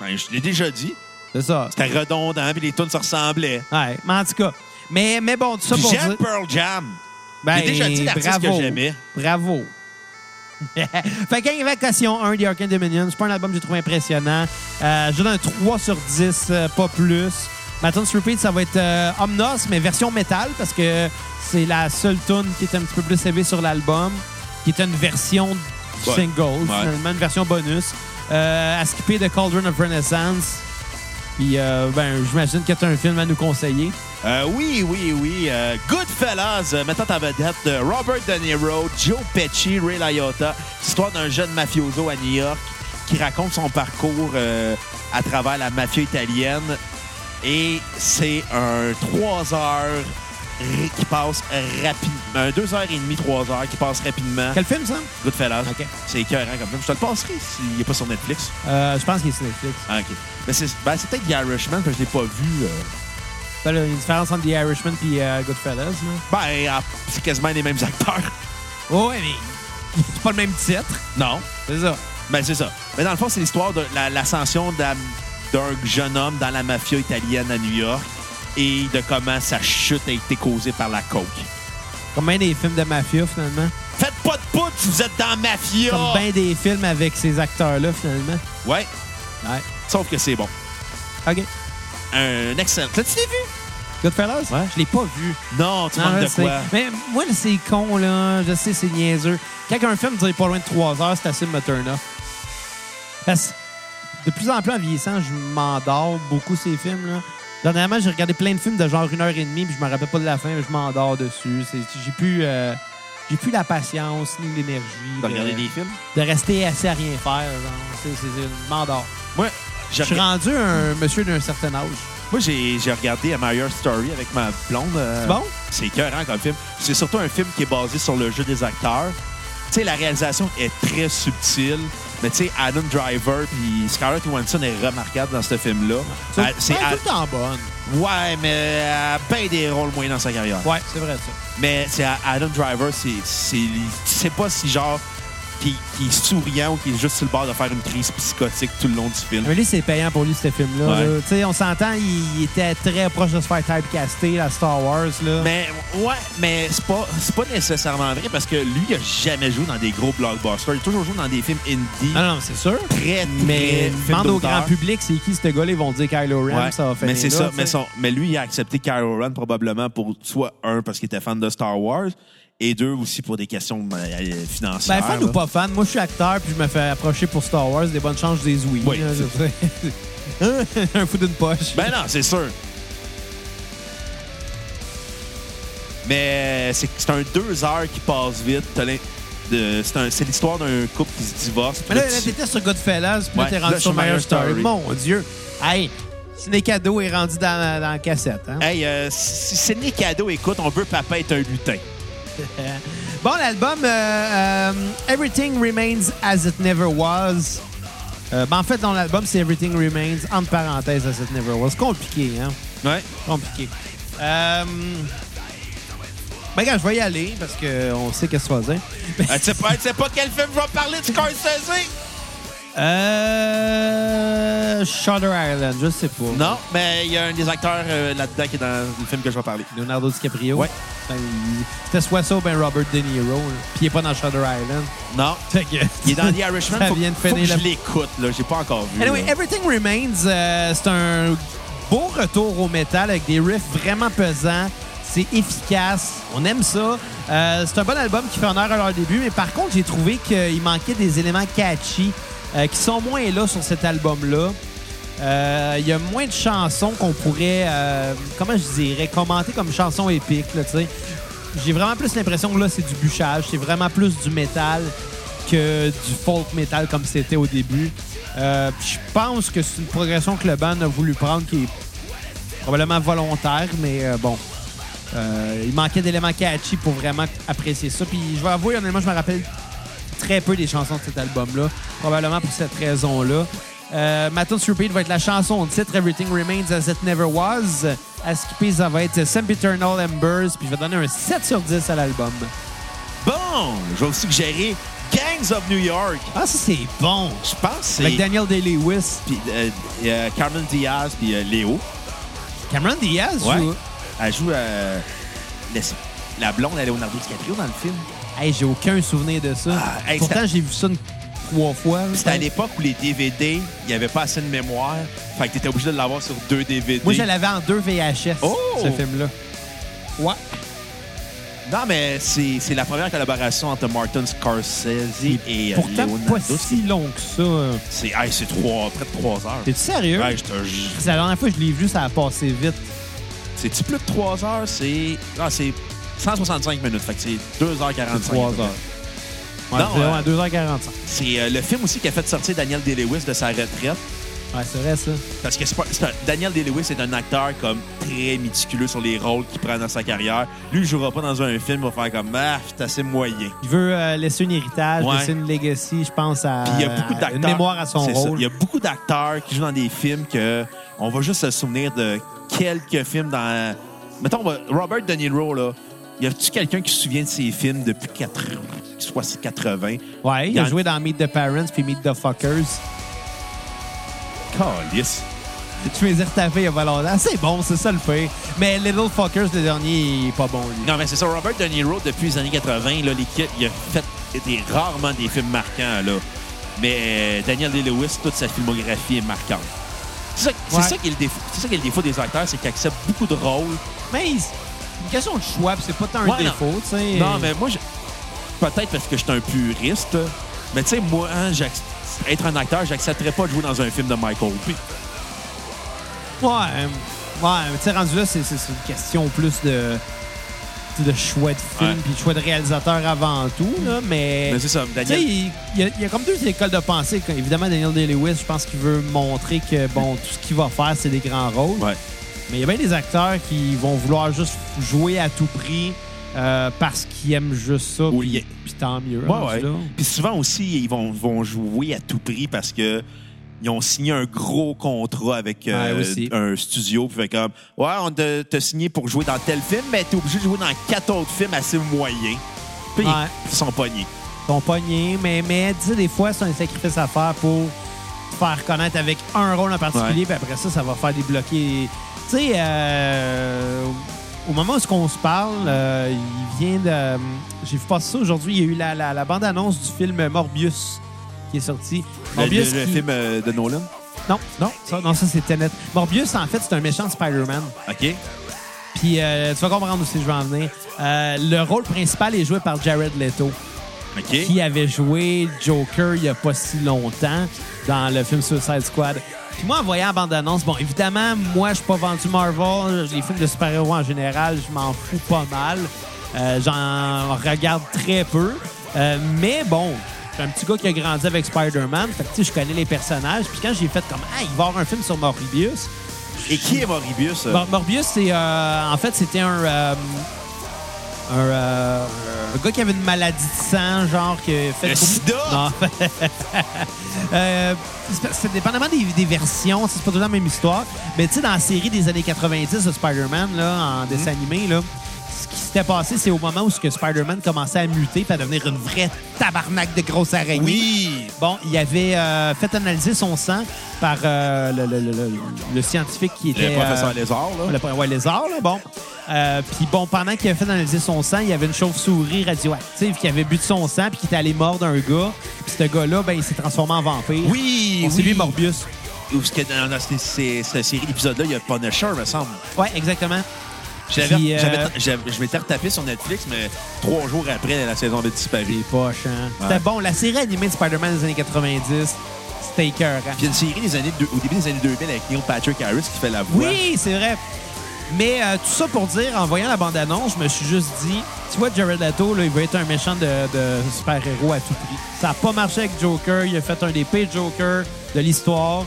Ben, je l'ai déjà dit.
c'est ça.
C'était redondant, puis les tunes se ressemblaient.
Ouais, mais en tout cas. Mais, mais bon, tout ça
Puis
pour
J'aime
dire...
Pearl Jam.
Ben,
J'ai déjà dit l'artiste que
bravo.
j'aimais.
Bravo. fait qu'un Invocation 1, The Arcane Dominion, c'est pas un album que j'ai trouvé impressionnant. Euh, je donne un 3 sur 10, euh, pas plus. Ma tune sur repeat, ça va être euh, Omnos, mais version métal, parce que c'est la seule tune qui est un petit peu plus élevée sur l'album, qui est une version du
Ouais.
single,
Ouais.
finalement, une version bonus. Euh, à skipper The Cauldron of Renaissance. Puis, euh, ben, j'imagine que tu as un film à nous conseiller.
Euh, oui, oui, oui. Euh, Goodfellas, euh, mettant en vedette euh, Robert De Niro, Joe Pesci, Ray Liotta. Histoire d'un jeune mafioso à New York qui raconte son parcours euh, à travers la mafia italienne. Et c'est un 3 heures ri- qui passe rapidement. Un 2 heures et demie, 3 heures qui passe rapidement.
Quel film, ça?
Goodfellas.
Ok.
C'est écœurant comme film. Je te le passerai s'il n'est pas sur Netflix.
Euh, je pense qu'il est sur Netflix.
Ah, OK. Mais c'est ben, c'est peut-être The Irishman que je l'ai pas vu. euh.
Ben, là, il y a une différence entre The Irishman et Goodfellas. Là.
Ben, ah, c'est quasiment les mêmes acteurs.
Oh, ouais, mais c'est pas le même titre.
Non.
C'est ça.
Ben, c'est ça. Mais dans le fond, c'est l'histoire de la- l'ascension d'un d'un jeune homme dans la mafia italienne à New York et de comment sa chute a été causée par la coke.
Comme bien des films de mafia, finalement.
Faites pas de poutre si vous êtes dans la mafia!
Comme ben- bien des films avec ces acteurs-là, finalement.
Ouais,
Ouais.
sauf que c'est bon.
OK.
Un excellent. L'as-tu vu?
Goodfellas?
Ouais.
Je l'ai pas vu.
Non, tu
Non,
manques
je
de
sais.
quoi?
Ah, Mais moi, là, c'est con, là. Je sais, c'est niaiseux. Quand un film dure pas loin de 3 heures, c'est assez de me turn off. Parce que de plus en plus en vieillissant, je m'endors beaucoup ces films, là. Dernièrement, j'ai regardé plein de films de genre 1 heure et demie, puis je me rappelle pas de la fin, mais je m'endors dessus. C'est- J'ai plus, euh, j'ai plus la patience ni l'énergie.
T'as regardé
de-
des films?
de rester assis à rien faire. genre. C'est c'est- c'est- je m'endors.
Moi,
Je
j'ai
suis
rega-
rendu un monsieur d'un certain âge.
moi, j'ai j'ai regardé A Marriage Story avec ma blonde. euh,
C'est bon?
C'est écœurant comme film. C'est surtout un film qui est basé sur le jeu des acteurs. Tu sais, la réalisation est très subtile. Mais tu sais, Adam Driver puis Scarlett Johansson est remarquable dans ce film-là.
C'est
Elle- ah, c'est-
c'est Ah, tout le temps bonne.
elle- ouais, mais elle a bien des rôles moyens dans sa carrière.
Ouais, c'est vrai ça.
Mais c'est à- Adam Driver, c'est, c'est, tu sais pas si genre qui, qui est souriant ou qui est juste sur le bord de faire une crise psychotique tout le long du film.
Mais lui, c'est payant pour lui, ce film-là.
Ouais.
là. Tu sais, On s'entend, il, il était très proche de se faire typecaster, la Star Wars. Là.
Mais ouais, mais c'est pas c'est pas nécessairement vrai parce que lui, il a jamais joué dans des gros blockbusters. Il a toujours joué dans des films indie.
Non, non, c'est sûr.
très,
Mais
très film
demande au
d'auteur.
grand public, c'est qui ce gars-là? Ils vont dire Kylo Ren,
Ouais.
ça va faire
mais c'est ça. Mais, son- mais lui, il a accepté Kylo Ren probablement pour soit un parce qu'il était fan de Star Wars et deux aussi pour des questions euh, financières.
Ben, fan
là.
ou pas fan, moi, je suis acteur, puis je me fais approcher pour Star Wars. Des bonnes chances, je dis oui.
Oui,
là, je sais. un fou d'une poche.
Ben non, c'est sûr. Mais c'est c'est un deux heures qui passe vite. T'as l'im- de- c'est un- c'est l'histoire d'un couple qui se divorce. puis
Mais là,
là,
là
tu-
t'étais sur Goodfellas, puis là,
Ouais,
t'es rendu
là,
sur
sur
Marriage
Marriage
Story.
Story.
Mon Dieu. Hey, Ciné Cadeau est rendu dans, dans la cassette. Hein?
Hey, euh, si c'est né cadeau, écoute, on veut Papa est un lutin.
Bon, l'album euh, euh, Everything Remains As It Never Was. Euh, ben, en fait, dans l'album, c'est Everything Remains, entre parenthèses, As It Never Was. Compliqué, hein?
Ouais.
Compliqué. Euh... Ben, regarde, je vais y aller parce qu'on sait qu'est-ce que tu vas dire.
Elle sait Euh, pas, elle sait pas de quel film va parler de Scorsese.
Euh... Shutter Island, je sais pas.
Non, mais il y a un des acteurs euh, là-dedans qui est dans le film que je vais parler.
Leonardo DiCaprio.
Ouais.
Ben, il- C'était soit ça ou ben Robert De Niro. là. Puis il est pas dans Shutter Island.
Non.
Fait que...
Il est dans The Irishman.
Ça
faut,
vient de
faut
finir
que
la-
je l'écoute, là. J'ai pas encore vu.
Anyway,
là.
Everything Remains, euh, c'est un beau retour au métal avec des riffs vraiment pesants. C'est efficace. On aime ça. Euh, c'est un bon album qui fait honneur à leur début, mais par contre, j'ai trouvé qu'il manquait des éléments catchy euh, qui sont moins là sur cet album-là. Euh, Il y a moins de chansons qu'on pourrait, euh, comment je dirais, commenter comme chansons épiques, là, tu sais. J'ai vraiment plus l'impression que là, c'est du bûchage. C'est vraiment plus du métal que du folk metal comme c'était au début. Euh, puis je pense que c'est une progression que le band a voulu prendre qui est probablement volontaire, mais euh, bon. Euh, il manquait d'éléments catchy pour vraiment apprécier ça. Puis je vais avouer, honnêtement, je me rappelle très peu des chansons de cet album-là. Probablement pour cette raison-là. Euh, ma tune sur repeat va être la chanson de titre Everything Remains As It Never Was. À skipper, ça va être Sempiternal Embers. Puis je vais donner un 7 sur 10 à l'album.
Bon, je vais vous suggérer Gangs of New York.
Ah, ça, c'est bon!
Je pense que c'est.
Avec Daniel Day-Lewis.
puis, euh, euh, Carmen Diaz puis euh, Léo.
Cameron Diaz joue-
Elle joue euh, la- la blonde à Leonardo DiCaprio dans le film.
Hey, j'ai aucun souvenir de ça.
Ah, hey,
Pourtant,
c'était-
j'ai vu ça une- trois fois.
C'était à l'époque où les DVD, il n'y avait pas assez de mémoire. Fait que t'étais obligé de l'avoir sur deux DVD.
Moi, je l'avais en deux VHS,
Oh!
ce film-là. Ouais.
Non, mais c'est c'est la première collaboration entre Martin Scorsese et euh,
Pourtant,
Leonardo.
pas si long que ça. hein.
C'est hey, c'est trois, près de trois heures.
T'es-tu sérieux?
Ouais, je te jure.
C'est la dernière fois que je l'ai vu, ça a passé vite.
C'est-tu plus de trois heures? C'est... Non, c'est 165 minutes. Fait que c'est 2h45.
Trois heures. Ouais,
Non,
c'est
euh,
ouais, 2h45.
C'est euh, le film aussi qui a fait sortir Daniel Day-Lewis de sa retraite.
Ouais, c'est vrai, ça.
Parce que c'est pas- c'est un- Daniel Day-Lewis est un acteur comme très méticuleux sur les rôles qu'il prend dans sa carrière. Lui, il jouera pas dans un film, il va faire comme Ah, c'est assez moyen.
Il veut euh, laisser un héritage,
Ouais.
laisser une legacy, je pense, à,
Puis il y a beaucoup
à
d'acteurs.
Euh, une mémoire à son
C'est ça.
rôle.
Il y a beaucoup d'acteurs qui jouent dans des films que on va juste se souvenir de quelques films dans. Mettons, on va- Robert De Niro, là. Y a-tu quelqu'un qui se souvient de ses films depuis 80, soit 80?
Ouais, il
y
a
en-
joué dans Meet the Parents puis Meet the Fuckers.
Calice.
Tu me les ai retapés il y a pas longtemps. C'est bon, c'est ça le fait. Mais Little Fuckers, le dernier, il est pas bon, lui.
Non, mais c'est ça. Robert De Niro, depuis les années 80, là, l'équipe, il a fait des- rarement des films marquants, là. Mais euh, Daniel Day-Lewis, toute sa filmographie est marquante. C'est ça, c'est
Ouais.
ça qui est le défaut- c'est ça qui est le défaut des acteurs, c'est qu'ils acceptent beaucoup de rôles
Mais il- c'est une question de choix, puis c'est pas tant un
Ouais, non.
défaut, tu sais.
Non, mais moi, je- peut-être parce que je suis un puriste, mais tu sais, moi, hein, j'ac- être un acteur, j'accepterais pas de jouer dans un film de Michael Bay.
Ouais, euh, ouais, mais tu sais, rendu là, c'est c'est- c'est une question plus de tu sais, de choix de film
Ouais.
puis de choix de réalisateur avant tout là mais,
Mais c'est ça,
Eh, tu sais
Daniel.
il il y, a- il y a comme deux écoles de pensée Quand- évidemment Daniel Day-Lewis je pense qu'il veut montrer que bon tout ce qu'il va faire c'est des grands rôles
Ouais.
Mais il y a bien des acteurs qui vont vouloir juste jouer à tout prix euh, parce qu'ils aiment juste ça.
Ou
Puis,
il-
puis tant mieux.
Ouais,
rendu
ouais.
là.
Puis souvent aussi, ils vont, vont jouer à tout prix parce que ils ont signé un gros contrat avec euh,
Ouais, aussi.
un studio. Puis fait comme, ouais, on te- t'a signé pour jouer dans tel film, mais t'es obligé de jouer dans quatre autres films assez moyens. Puis ils-
Ouais.
ils sont pognés.
Ils sont pognés, mais, mais tu sais, des fois, c'est un sacrifice à faire pour te faire connaître avec un rôle en particulier,
Ouais.
puis après ça, ça va faire débloquer. Tu sais, euh, au moment où ce qu'on se parle, euh, il vient de. euh, J'ai vu passer ça aujourd'hui, il y a eu la, la- la bande-annonce du film Morbius qui est sorti.
Le,
Morbius
le- le
qui-
film euh, de Nolan.
Non, non, ça, non, ça c'est Tenet. Morbius, en fait, c'est un méchant de Spider-Man.
OK?
Puis euh, tu vas comprendre aussi je vais en venir. Euh, le rôle principal est joué par Jared Leto,
OK?
qui avait joué Joker il n'y a pas si longtemps dans le film Suicide Squad. Puis moi, en voyant la bande-annonce, bon, évidemment, moi, je suis pas vendu Marvel. Les films de super-héros en général, je m'en fous pas mal. Euh, J'en regarde très peu. Euh, mais bon, je suis un petit gars qui a grandi avec Spider-Man. Fait que, tu sais, je connais les personnages. Puis quand j'ai fait comme, ah, il va y avoir un film sur Morbius.
Et qui est Morbius? euh?
Mor- Morbius, c'est. euh, en fait, c'était un. euh, un, euh, un gars qui avait une maladie de sang, genre que fait
Le sida?
Non. Euh, c'est pas- c'est dépendamment des, des versions, c'est pas tout le temps la même histoire. Mais tu sais, dans la série des années 90 de Spider-Man, là,
Mhm.
en dessin animé, là, ce qui s'était passé, c'est au moment où ce que Spider-Man commençait à muter et à devenir une vraie tabarnak de grosse araignée.
oui!
Bon, il avait euh, fait analyser son sang par euh, le, le- le- le- le scientifique qui
Le
était.
professeur
euh,
Lézard, là.
le ouais, lézard, là, bon. Euh, puis bon, pendant qu'il avait fait analyser son sang, il y avait une chauve-souris radioactive qui avait bu de son sang puis qui était allé mordre un gars. Puis ce gars-là, ben, il s'est transformé en vampire.
Oui,
Bon,
oui.
c'est lui Morbius.
Ou ce que dans, dans ces- ces- cette série épisode-là, il y a Punisher, me semble.
Ouais, exactement.
Je l'avais-
Puis, euh,
j'avais- j'avais- je m'étais retapé sur Netflix, mais trois jours après, la saison de disparu.
Des poches, hein. C'était
Ouais.
bon. La série animée de Spider-Man des années 90, c'était écœurant.
Puis il y a une série des années deux- au début des années 2000 avec Neil Patrick Harris qui fait la voix.
Oui, c'est vrai. Mais euh, tout ça pour dire, en voyant la bande-annonce, je me suis juste dit, tu vois, Jared Leto, là, il va être un méchant de, de super-héros à tout prix. Ça n'a pas marché avec Joker. Il a fait un des pires Joker de l'histoire.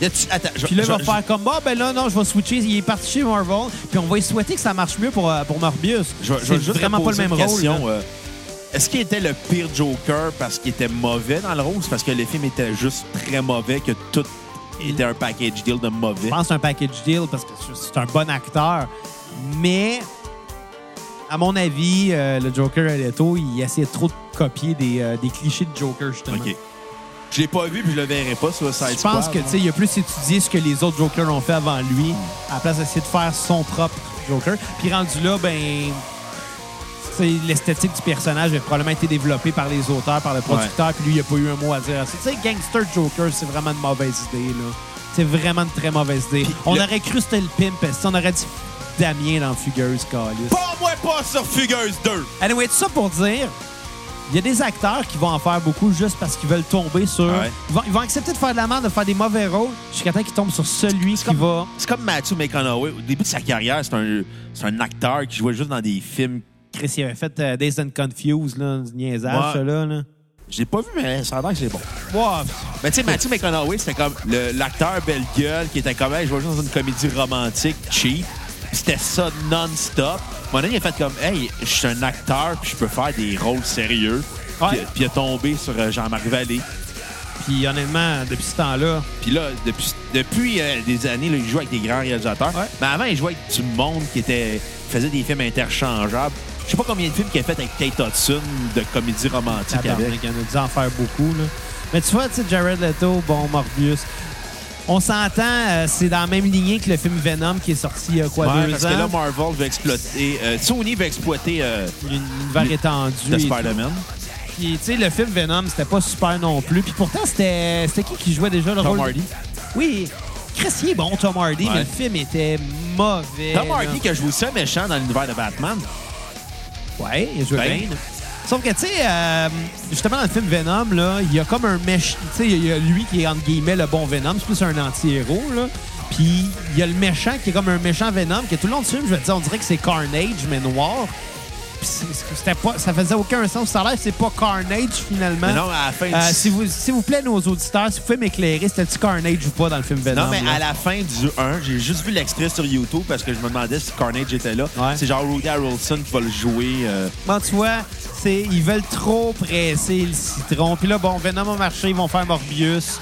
Y a-tu- attends, je-
Puis là, il
je-
va
je-
faire comme, bah, ben là, non, je vais switcher. Il est parti chez Marvel. Puis on va lui souhaiter que ça marche mieux pour, euh, pour Morbius.
je- je- je-
C'est
je- je-
vraiment pas le
poser
même
une
rôle.
question,
là.
euh, Est-ce qu'il était le pire Joker parce qu'il était mauvais dans le rôle? C'est parce que le film était juste très mauvais, que tout était un package deal de mauvais.
Je pense que c'est un package deal parce que c'est un bon acteur. Mais, à mon avis, euh, le Joker à Leto, il essayait trop de copier des, euh, des clichés de Joker, justement.
OK. Je l'ai pas vu, puis je le verrai pas sur Side
Je pense
Squad,
que
là.
tu sais, il a plus étudié ce que les autres Jokers ont fait avant lui, à la place d'essayer de faire son propre Joker. Puis rendu là, ben, tu sais, l'esthétique du personnage a probablement été développée par les auteurs, par le producteur, puis lui, il a pas eu un mot à dire. à ça. Tu sais, gangster Joker, c'est vraiment une mauvaise idée là. C'est vraiment une très mauvaise idée.
Puis
on
le-
aurait cru que c'était le pimp, parce que on aurait dit Damien dans Fugueuse, Calis.
Pas moi pas sur Fugueuse 2!
Anyway, tout ça pour dire, il y a des acteurs qui vont en faire beaucoup juste parce qu'ils veulent tomber sur.
Ouais.
Ils, vont, ils vont accepter de faire de la merde, de faire des mauvais rôles jusqu'à temps qu'ils tombent sur celui qui
comme-
va.
C'est comme Matthew McConaughey. Au début de sa carrière, c'est un, c'est un acteur qui jouait juste dans des films.
Chris, il avait fait euh, Dazed and Confused, là, du niaisage,
Ouais.
ça, là. là.
Je l'ai pas vu, mais ça a l'air que c'est bon.
Wow.
Mais tu sais, Matthew McConaughey, c'était comme le- l'acteur belle gueule qui était comme, hey, je vais juste dans une comédie romantique cheap. Puis C'était ça non-stop. Mon ami, il a fait comme, hey, je suis un acteur, puis je peux faire des rôles sérieux.
Ouais.
Puis, puis il a tombé sur euh, Jean-Marc Vallée.
Puis honnêtement, depuis ce temps-là,
Puis là, depuis, depuis euh, des années, là, il joue avec des grands réalisateurs.
Ouais.
Mais avant, il jouait avec du monde qui était faisait des films interchangeables. Je sais pas combien de films qu'il a fait avec Kate Hudson de comédie romantique
tabarnak,
avec.
il y en a dû en faire beaucoup, là. Mais tu vois, tu sais, Jared Leto, bon, Morbius. On s'entend, euh, c'est dans la même lignée que le film Venom qui est sorti il y a quoi,
Ouais,
deux
parce
ans?
que là, Marvel veut exploiter... euh, Sony veut exploiter euh,
L'univers étendu.
de
et tout.
Spider-Man.
Puis, tu sais, le film Venom, c'était pas super non plus. Puis pourtant, c'était c'était qui qui jouait déjà le
Tom
rôle?
Hardy.
Oui. Chris, il est bon, Tom Hardy,
Ouais.
mais le film était mauvais.
Tom
là.
Hardy qui a joué ça méchant dans l'univers de Batman.
Hein? Ouais, il jouait
Bane.
bien. Sauf que, tu sais, euh, justement, dans le film Venom, là, il y a comme un méchant. Tu sais, il y a lui qui est, entre guillemets, le bon Venom. C'est plus un anti-héros, là. Puis, il y a le méchant qui est comme un méchant Venom, qui tout le long du film, je vais te dire, on dirait que c'est Carnage, mais noir. Puis, c'est- c'était pas, ça faisait aucun sens. Ça a l'air que c'est pas Carnage, finalement.
Mais non, à la fin du...
Euh, S'il vous, s'il vous plaît, nos auditeurs, si vous pouvez m'éclairer, c'était-tu Carnage ou pas dans le film Venom?
Non, mais
là?
à la fin du 1, j'ai juste vu l'extrait sur YouTube parce que je me demandais si Carnage était là.
Ouais.
C'est genre Rudy Harrelson qui va le jouer... euh,
Bon, tu vois, c'est- ils veulent trop presser le citron. Puis là, bon, Venom a marché, ils vont faire Morbius,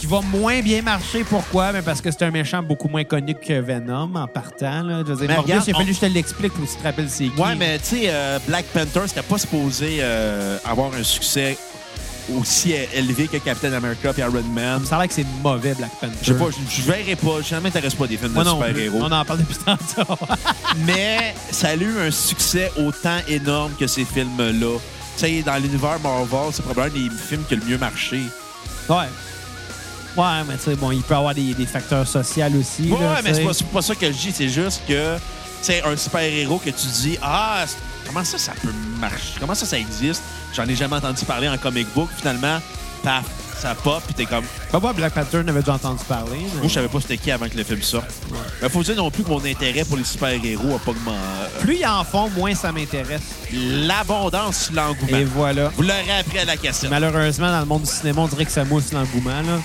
qui va moins bien marcher. Pourquoi? Ben, parce que c'est un méchant beaucoup moins connu que Venom en partant. Là. Je veux dire,
Mais
Morbius,
regarde,
il a fallu
on-
que je te l'explique pour que tu te rappelles c'est qui.
Ouais, mais tu sais, euh, Black Panther, c'était pas supposé euh, avoir un succès aussi é- élevé que Captain America et Iron Man.
Ça a l'air que c'est mauvais, Black Panther.
Je sais pas, je- je verrai pas, ça m'intéresse pas des films de
Moi non plus.
super-héros.
On en parle depuis tantôt.
Mais ça a eu un succès autant énorme que ces films-là. Tu sais, dans l'univers Marvel, c'est probablement un des films qui a le mieux marché.
ouais. Ouais, mais tu sais, bon, il peut y avoir des, des facteurs sociaux aussi.
Ouais,
là,
mais
tu sais.
c'est pas, c'est pas ça que je dis, c'est juste que c'est un super-héros que tu dis Ah, c- comment ça, ça peut marcher Comment ça, ça existe J'en ai jamais entendu parler en comic book. Finalement, paf, ça pop, puis t'es comme.
Pas moi, Black Panther n'avait déjà entendu parler. mais-
Moi, je savais pas c'était qui avant que le film sorte. Mais faut dire non plus que mon intérêt pour les super-héros a pas euh, augmenté.
Plus ils en font, moins ça m'intéresse.
L'abondance, l'engouement.
Et voilà.
Vous l'aurez appris à la cassette.
Malheureusement, dans le monde du cinéma, on dirait que ça mousse l'engouement. là.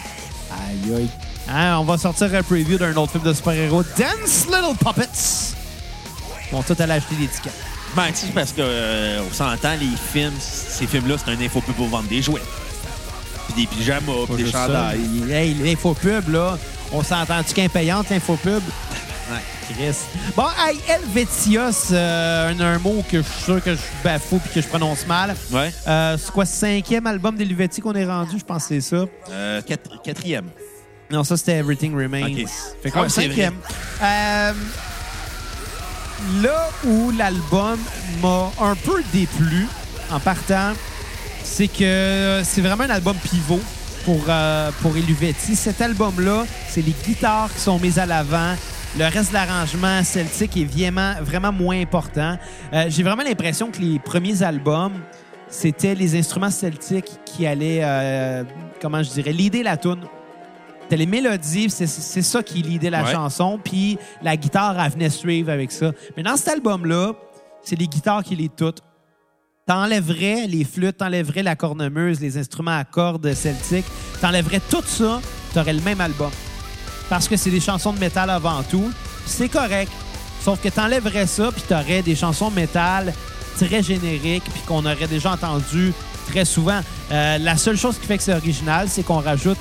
Aïe, aïe. Hein, on va sortir un preview d'un autre film de super-héros, Dance Little Puppets. Ils vont tout aller acheter des tickets.
Ben, tu sais, parce que euh, on s'entend, les films, ces films-là, c'est un info pub pour vendre des jouets. Puis des pyjamas,
Pas
puis des
juste ça.
chandails.
Hey, l'info pub, là, on s'entend-tu qu'impayante, l'info pub?
Ouais.
Chris. Bon, hey, Helvetios, euh, un, un mot que je suis sûr que je bafoue puis que je prononce mal.
Ouais.
Euh, c'est quoi, cinquième album d'Helvetie qu'on est rendu? Je pense que c'est ça.
Euh, quatre- quatrième.
Non, ça, c'était Everything Remains.
OK.
Fait
Ah,
quoi,
c'est
cinquième. Euh, là où l'album m'a un peu déplu en partant, c'est que c'est vraiment un album pivot pour, euh, pour Eluvetti. Cet album-là, c'est les guitares qui sont mises à l'avant. Le reste de l'arrangement celtique est vraiment, vraiment moins important. Euh, J'ai vraiment l'impression que les premiers albums, c'était les instruments celtiques qui allaient, euh, comment je dirais, leader la tune. T'as les mélodies, puis c'est c'est ça qui lidait la
Ouais.
chanson, puis la guitare, elle venait suivre avec ça. Mais dans cet album-là, c'est les guitares qui les toutes. T'enlèverais les flûtes, t'enlèverais la cornemuse, les instruments à cordes celtiques, t'enlèverais tout ça, t'aurais le même album. Parce que c'est des chansons de métal avant tout, puis c'est correct. Sauf que t'enlèverais ça, puis t'aurais des chansons de métal très génériques, puis qu'on aurait déjà entendu très souvent. Euh, la seule chose qui fait que c'est original, c'est qu'on rajoute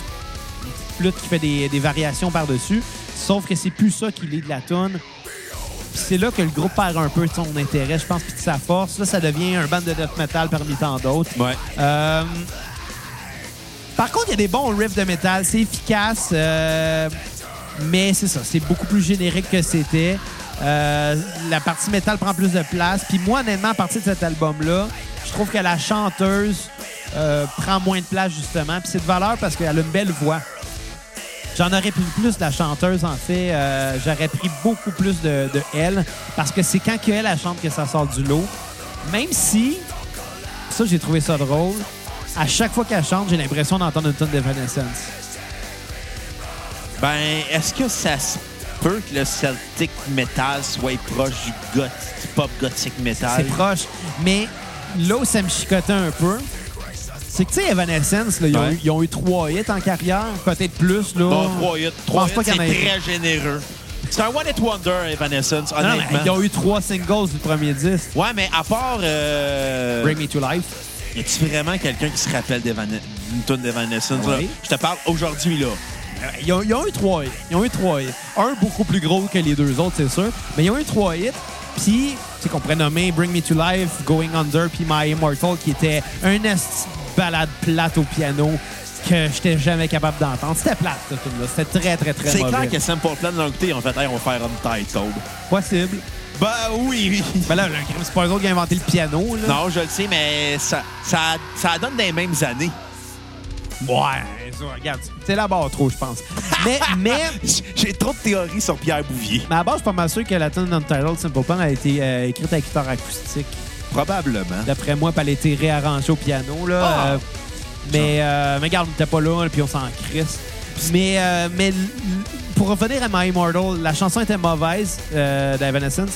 flûte qui fait des, des variations par-dessus. Sauf que c'est plus ça qui lit de la toune. Puis c'est là que le groupe perd un peu de son intérêt, je pense, puis de sa force. Là, ça devient un band de death metal parmi tant d'autres.
Ouais.
Euh, Par contre, il y a des bons riffs de métal. C'est efficace, euh, mais c'est ça. C'est beaucoup plus générique que c'était. Euh, la partie métal prend plus de place. Puis moi, honnêtement, à partir de cet album-là, je trouve que la chanteuse euh, prend moins de place, justement. Puis c'est de valeur parce qu'elle a une belle voix. J'en aurais pris plus de la chanteuse, en fait. Euh, J'aurais pris beaucoup plus de, de elle parce que c'est quand qu'elle, elle chante que ça sort du lot. Même si, ça, j'ai trouvé ça drôle. À chaque fois qu'elle chante, j'ai l'impression d'entendre une tonne d'Evanescence.
Ben, est-ce que ça se peut que le Celtic Metal soit proche du, goth- du pop gothic metal?
C'est proche. Mais là où ça me chicotait un peu, c'est que, tu sais, Evanescence, là, ils, ont
Ouais.
eu, ils ont eu trois hits en carrière, peut-être plus. Là.
Bon, 3 hits. 3
pense
hits,
pas
c'est
qu'il y en ait-
très généreux. C'est un one-hit wonder, Evanescence,
Non, non,
honnêtement.
mais ils ont eu trois singles du premier disque.
Ouais, mais à part... Euh...
Bring Me to Life.
Y a-tu vraiment quelqu'un qui se rappelle d'Evane- d'une tune d'Evanescence?
Oui.
là? Je te parle aujourd'hui, là.
Euh, Ils ont, ils ont eu trois hits. Ils ont eu trois hits. Un beaucoup plus gros que les deux autres, c'est sûr. Mais ils ont eu trois hits. Puis, tu sais qu'on pourrait nommer Bring Me to Life, Going Under, puis My Immortal, qui était un esti de balade plate au piano que j'étais jamais capable d'entendre. C'était plate, ce film-là. C'était très, très, très
C'est
mauvais.
clair que Sample Plan l'ont écouté, ils ont fait hey, « on va faire Untitled
Possible. ».
Ben oui, oui.
Ben là, le- c'est pas eux autres qui ont inventé le piano, là.
Non, je le sais, mais ça, ça, ça donne des mêmes années.
Ouais, ça, regarde, c'est la barre trop, je pense. mais, mais,
Ah, J- J'ai trop de théories sur Pierre Bouvier.
mais à la base, je suis pas mal sûr que la tune Untitled Simple Plan a été euh, écrite à guitare acoustique.
Probablement.
D'après moi, puis elle a été réarrangée au piano, là.
Ah!
Euh, mais, euh, mais regarde, on était pas là, puis on s'en crisse. Mais, euh, mais l- pour revenir à My Immortal, la chanson était mauvaise euh, d'Evanescence.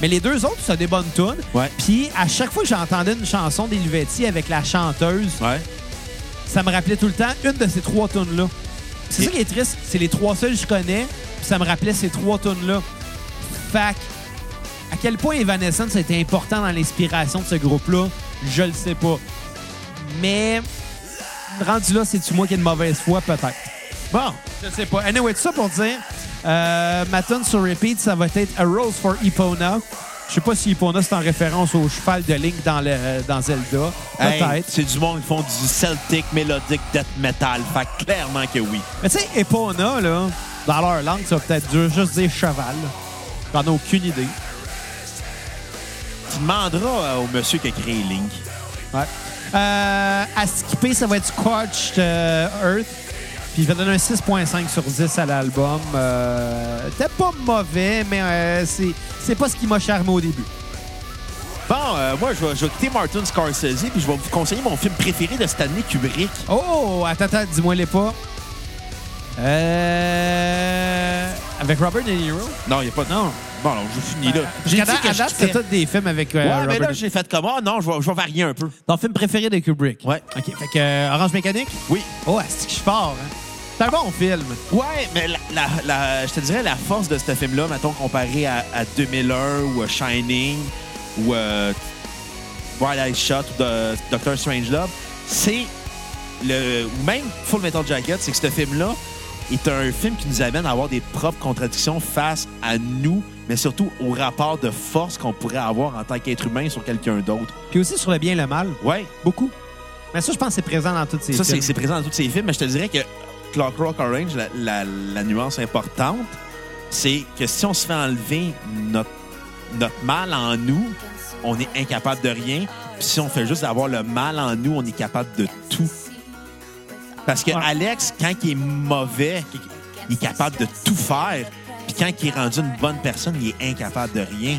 Mais les deux autres, c'est des bonnes tunes.
Ouais.
Puis à chaque fois que j'entendais une chanson d'Ilvetti avec la chanteuse,
Ouais.
ça me rappelait tout le temps une de ces trois tunes là. C'est
Et-
ça qui est triste, c'est les trois seules que je connais, puis ça me rappelait ces trois tunes là. Fac. À quel point Evanescence a été important dans l'inspiration de ce groupe-là, je le sais pas. Mais rendu là, c'est-tu moi qui ai de mauvaise foi, peut-être. Bon, je sais pas. Anyway, tout ça pour dire, euh, ma tune sur repeat, ça va être A Rose for Ipona. Je sais pas si Ipona, c'est en référence au cheval de Link dans, le, euh, dans Zelda.
Hey,
Peut-être.
c'est du monde qui font du Celtic, mélodique, death metal. Fait que clairement que oui.
Mais tu sais, Epona, là, dans leur langue, ça va peut-être dire- juste dire cheval. J'en ai aucune idée.
Tu demanderas euh, au monsieur qui a créé Link.
Ouais. Euh, à skipper, ça va être Scorched euh, Earth. Puis je vais donner un 6.5 sur 10 à l'album. Euh, C'était pas mauvais, mais euh, c'est c'est pas ce qui m'a charmé au début.
Bon, euh, moi, je vais, je vais quitter Martin Scorsese puis je vais vous conseiller mon film préféré de cette année, Kubrick.
Oh, attends, attends, dis-moi les pas. Euh... Avec Robert De Niro?
Non, il n'y a pas de...
Non.
Bon, non, je finis là.
J'ai dit
dit
que
je
date,
quittais.
c'était tous des films avec euh,
Ouais,
Robert
mais là,
De-
j'ai fait comment? non, je vais, je vais varier un peu.
Ton film préféré de Kubrick?
Ouais.
OK, fait que euh, Orange Mécanique?
Oui.
Oh, c'est que je suis fort, hein? C'est un bon film.
Ouais, mais la, la- la- je te dirais la force de ce film-là, mettons, comparé à, à 2001 ou à Shining ou euh, Wild Eye Shot ou de- Doctor Strangelove, c'est le. ou même Full Metal Jacket, c'est que ce film-là est un film qui nous amène à avoir des propres contradictions face à nous, mais surtout au rapport de force qu'on pourrait avoir en tant qu'être humain sur quelqu'un d'autre.
Puis aussi sur le bien et le mal,
Ouais,
beaucoup. Mais ça, je pense que c'est présent dans toutes ces
Ça, c'est
films.
c'est présent dans tous ces films, mais je te dirais que Clockwork Orange, la, la- la nuance importante, c'est que si on se fait enlever notre, notre mal en nous, on est incapable de rien. Puis si on fait juste avoir le mal en nous, on est capable de tout. Parce que
Ouais.
Alex, quand il est mauvais, il est capable de tout faire. Puis quand il est rendu une bonne personne, il est incapable de rien.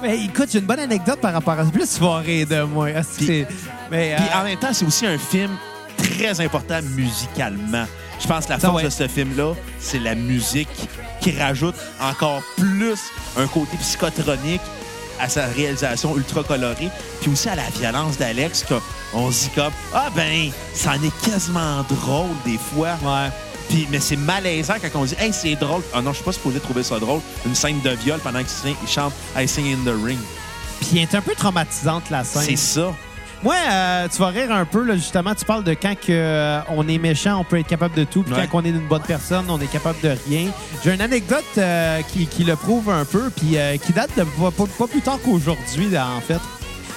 Mais écoute, j'ai une bonne anecdote par rapport à ça. Plus tu vas rire de moi. Ah, c'est-
Puis-
c'est- mais,
Puis
euh,
en même temps, c'est aussi un film très important musicalement. Je pense que la
Ça,
force
ouais.
de ce film-là, c'est la musique qui rajoute encore plus un côté psychotronique à sa réalisation ultra colorée, puis aussi à la violence d'Alex, qu'on se dit comme Ah ben, ça en est quasiment drôle des fois.
ouais.
Puis, mais c'est malaisant quand on dit Hey, c'est drôle. Ah non, je suis pas supposé trouver ça drôle. Une scène de viol pendant qu'il sing- il chante I Sing in the Ring.
Puis elle est un peu traumatisante, la scène.
C'est ça.
Moi, euh, tu vas rire un peu, là, justement. Tu parles de quand que, euh, on est méchant, on peut être capable de tout. Puis
Ouais.
quand on est une bonne personne, on est capable de rien. J'ai une anecdote euh, qui, qui le prouve un peu, puis euh, qui date de pas, pas- pas plus tard qu'aujourd'hui, là, en fait.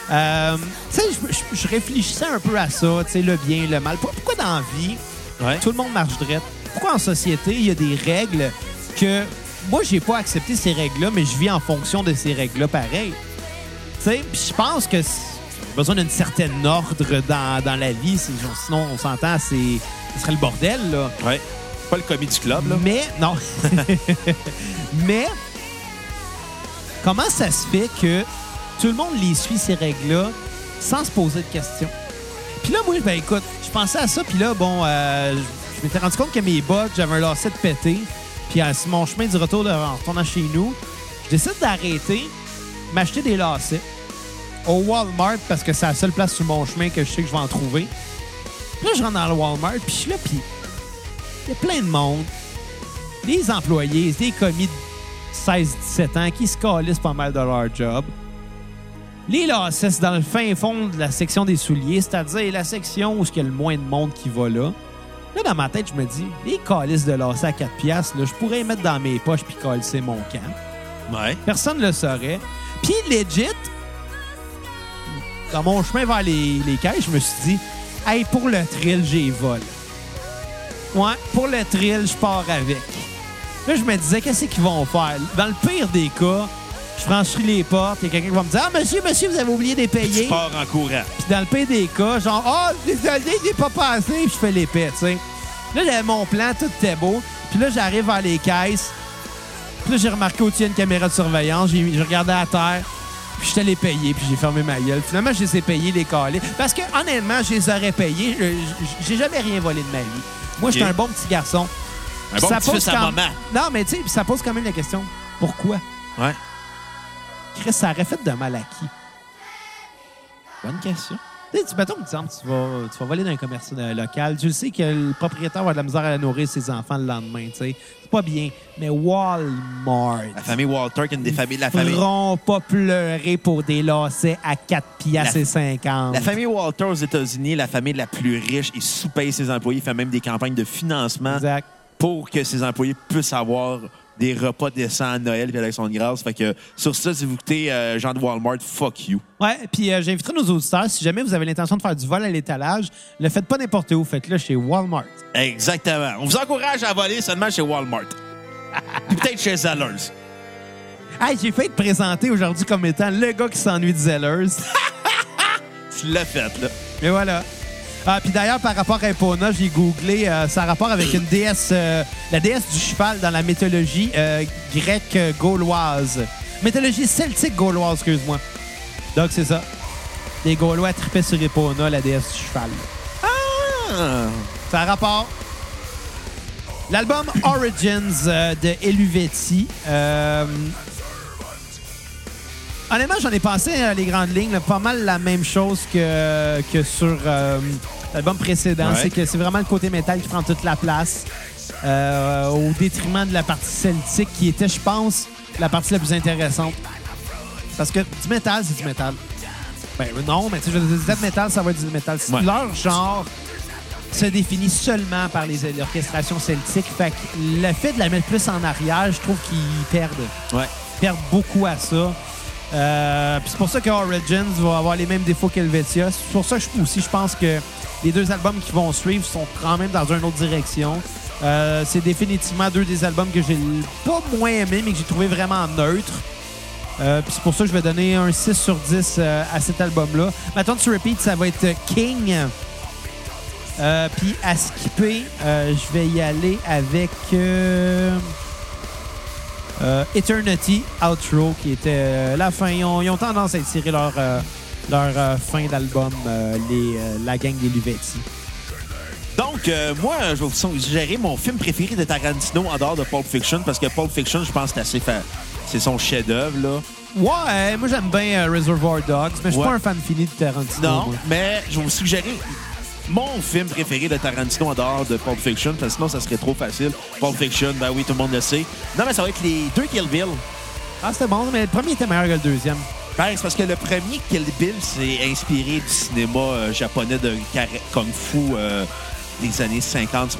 Euh, tu sais, je- je- je réfléchissais un peu à ça, tu sais, le bien, le mal. Pourquoi, pourquoi dans la vie,
Ouais.
tout le monde marche droit? Pourquoi en société, il y a des règles que moi, j'ai pas accepté ces règles-là, mais je vis en fonction de ces règles-là pareil? Tu sais, puis je pense que c'est- il y a besoin d'un certain ordre dans, dans la vie. c'est- genre, Sinon, on s'entend, c'est ce serait le bordel, là.
Ouais. Pas le commis du club, là.
Mais, non. Mais, comment ça se fait que tout le monde les suit, ces règles-là, sans se poser de questions? Puis là, moi, ben écoute, je pensais à ça, puis là, bon, euh, je- je m'étais rendu compte que mes bottes, j'avais un lacet de pété. Puis à sur mon chemin du retour de, en retournant chez nous, je décide d'arrêter, m'acheter des lacets au Walmart parce que c'est la seule place sur mon chemin que je sais que je vais en trouver. Puis là, je rentre dans le Walmart, puis je suis là, puis il y a plein de monde. Des employés, des commis de 16-17 ans qui se calissent pas mal de leur job. Les lacets, c'est dans le fin fond de la section des souliers, c'est-à-dire la section où il y a le moins de monde qui va là. Là, dans ma tête, je me dis, les calices de lacets à 4 piastres, là, je pourrais les mettre dans mes poches puis calisser mon camp.
Ouais.
Personne ne le saurait. Puis, legit, dans mon chemin vers les, les caisses, je me suis dit, hey, pour le thrill, j'y vole. Ouais, pour le thrill, je pars avec. Là, je me disais, qu'est-ce qu'ils vont faire? Dans le pire des cas, je franchis les portes, il y a quelqu'un qui va me dire, ah, monsieur, monsieur, vous avez oublié de les
Tu
payer.
pars en courant.
Puis dans le pire des cas, genre, ah, désolé, il n'est pas passé, puis je fais l'épée, tu sais. Là, j'avais mon plan, tout était beau. Puis là, j'arrive vers les caisses. Puis là, j'ai remarqué au-dessus, il y a une caméra de surveillance. J'ai j'ai regardé à terre. Puis j'étais allé payer, puis j'ai fermé ma gueule. Finalement, je les ai payés, les calés. Parce que, honnêtement, je les aurais payés. Je- je- J'ai jamais rien volé de ma vie. Moi, j'étais
Ok.
un bon petit garçon.
Un bon
Ça
petit
pose
fils à
quand-
maman.
Non, mais tu sais, puis ça pose quand même la question pourquoi
Ouais.
Chris, ça aurait fait de mal à qui
Bonne question.
Tu sais, tu- mettons, par exemple, tu vas, tu vas voler dans un commerce euh, local. Tu le sais que le propriétaire va avoir de la misère à nourrir ses enfants le lendemain, tu sais. C'est pas bien. Mais Walmart.
La famille Walter, qui est une des familles de la famille.
Feront pas pleurer pour des lacets à 4 piastres
La-
et 50.
La famille Walter aux États-Unis, la famille la plus riche, et sous-paye ses employés, fait même des campagnes de financement
Exact.
pour que ses employés puissent avoir des repas décents à Noël et à l'action de grâce. Fait que sur ça, si vous écoutez euh, Jean de Walmart, fuck you.
Ouais, puis euh, j'inviterai nos auditeurs, si jamais vous avez l'intention de faire du vol à l'étalage, le faites pas n'importe où, faites-le chez Walmart.
Exactement. On vous encourage à voler seulement chez Walmart. Puis peut-être chez Zellers.
Hey, j'ai fait te présenter aujourd'hui comme étant le gars qui s'ennuie de Zellers.
Tu l'as fait, là.
Mais voilà. Ah, puis d'ailleurs, par rapport à Epona, j'ai googlé, euh, ça a rapport avec une déesse, euh, la déesse du cheval dans la mythologie euh, grecque-gauloise. Mythologie celtique-gauloise, excuse-moi. Donc, c'est ça. Les Gaulois tripaient sur Epona, la déesse du cheval.
Ah!
Ça a rapport. L'album Origins euh, de Eluvetti. euh, honnêtement, j'en ai pensé euh, les grandes lignes, là, pas mal la même chose que, que sur euh, l'album précédent.
Ouais.
C'est que c'est vraiment le côté métal qui prend toute la place euh, au détriment de la partie celtique qui était, je pense, la partie la plus intéressante. Parce que du métal, c'est du métal. Ben non, mais tu sais, je veux dire, du death metal, ça va être du métal.
Ouais.
Leur genre se définit seulement par les orchestrations celtiques. Fait que le fait de la mettre plus en arrière, je trouve qu'ils perdent.
Ouais.
Ils perdent beaucoup à ça. Euh, Puis c'est pour ça que Origins va avoir les mêmes défauts qu'Helvetia. C'est pour ça que je, aussi, je pense que les deux albums qui vont suivre sont quand même dans une autre direction. Euh, c'est définitivement deux des albums que j'ai l- pas moins aimé, mais que j'ai trouvé vraiment neutre. Euh, Puis c'est pour ça que je vais donner un 6 sur 10 euh, à cet album-là. Ma tune sur repeat, ça va être King. Euh, Puis à skipper, euh, je vais y aller avec euh, euh, Eternity Outro, qui était euh, la fin. Ils ont, ils ont tendance à étirer leur, euh, leur euh, fin d'album, euh, les, euh, la gang des Luvetti.
Donc, euh, moi, je vais vous suggérer mon film préféré de Tarantino en dehors de Pulp Fiction, parce que Pulp Fiction, je pense que c'est assez fa- C'est son chef-d'œuvre, là.
Ouais, moi j'aime bien euh, Reservoir Dogs, mais je suis
Ouais.
pas un fan fini de Tarantino.
Non,
moi.
mais je vais vous suggérer mon film préféré de Tarantino en dehors de Pulp Fiction, parce que sinon, ça serait trop facile. Pulp Fiction, ben oui, tout le monde le sait. Non, mais ça va être les deux Kill Bill.
Ah, c'était bon, mais le premier était meilleur que le deuxième.
Ben, c'est parce que le premier Kill Bill, c'est inspiré du cinéma euh, japonais de kara- Kung Fu euh, des années 50-60.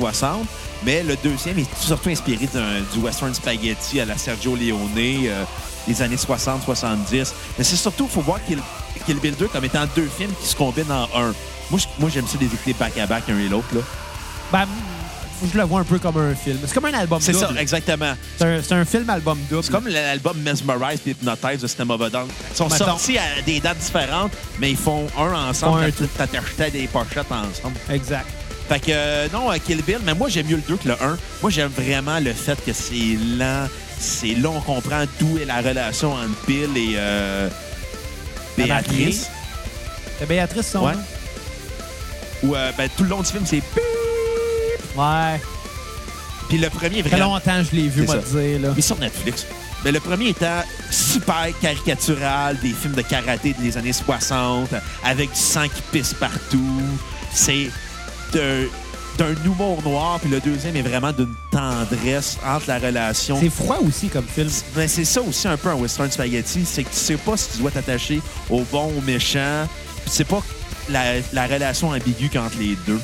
Mais le deuxième est surtout inspiré d'un- du western spaghetti à la Sergio Leone euh, des années 60-70. Mais c'est surtout, il faut voir Kill, Kill Bill 2 comme étant deux films qui se combinent en un. Moi, je- moi j'aime ça les écouter back-à-back, un et l'autre. là.
Ben, je le vois un peu comme un film. C'est comme un album
C'est ça,
double.
exactement.
C'est un- c'est un, film-album double.
C'est comme l'album Mesmerize et Hypnotize de System of a Down. Ils sont
Mettons.
sortis à des dates différentes, mais ils font
Font
un
un
ensemble.
tout.
T'as acheté des pochettes ensemble.
Exact.
Fait que, euh, non, euh, Kill Bill, mais moi, j'aime mieux le 2 que le 1. Moi, j'aime vraiment le fait que c'est lent, c'est long, on comprend d'où est la relation entre Bill et euh,
La
Béatrice.
C'est Béatrice, hein? son
Ouais.
nom?
Ou, euh, ben, tout le long du film, c'est...
Ouais.
Puis le premier, est
Très
vraiment...
longtemps, je l'ai vu,
C'est
moi,
ça.
te dire. Là.
Mais sur Netflix. Mais le premier étant super caricatural, des films de karaté des années 60, avec du sang qui pisse partout. C'est d'un d'un humour noir, puis le deuxième est vraiment d'une tendresse entre la relation.
C'est froid aussi comme film.
Ben, c'est ça aussi un peu un western spaghetti, c'est que tu sais pas si tu dois t'attacher au bon, au méchant, puis tu sais pas la, la relation ambiguë qu'entre les deux.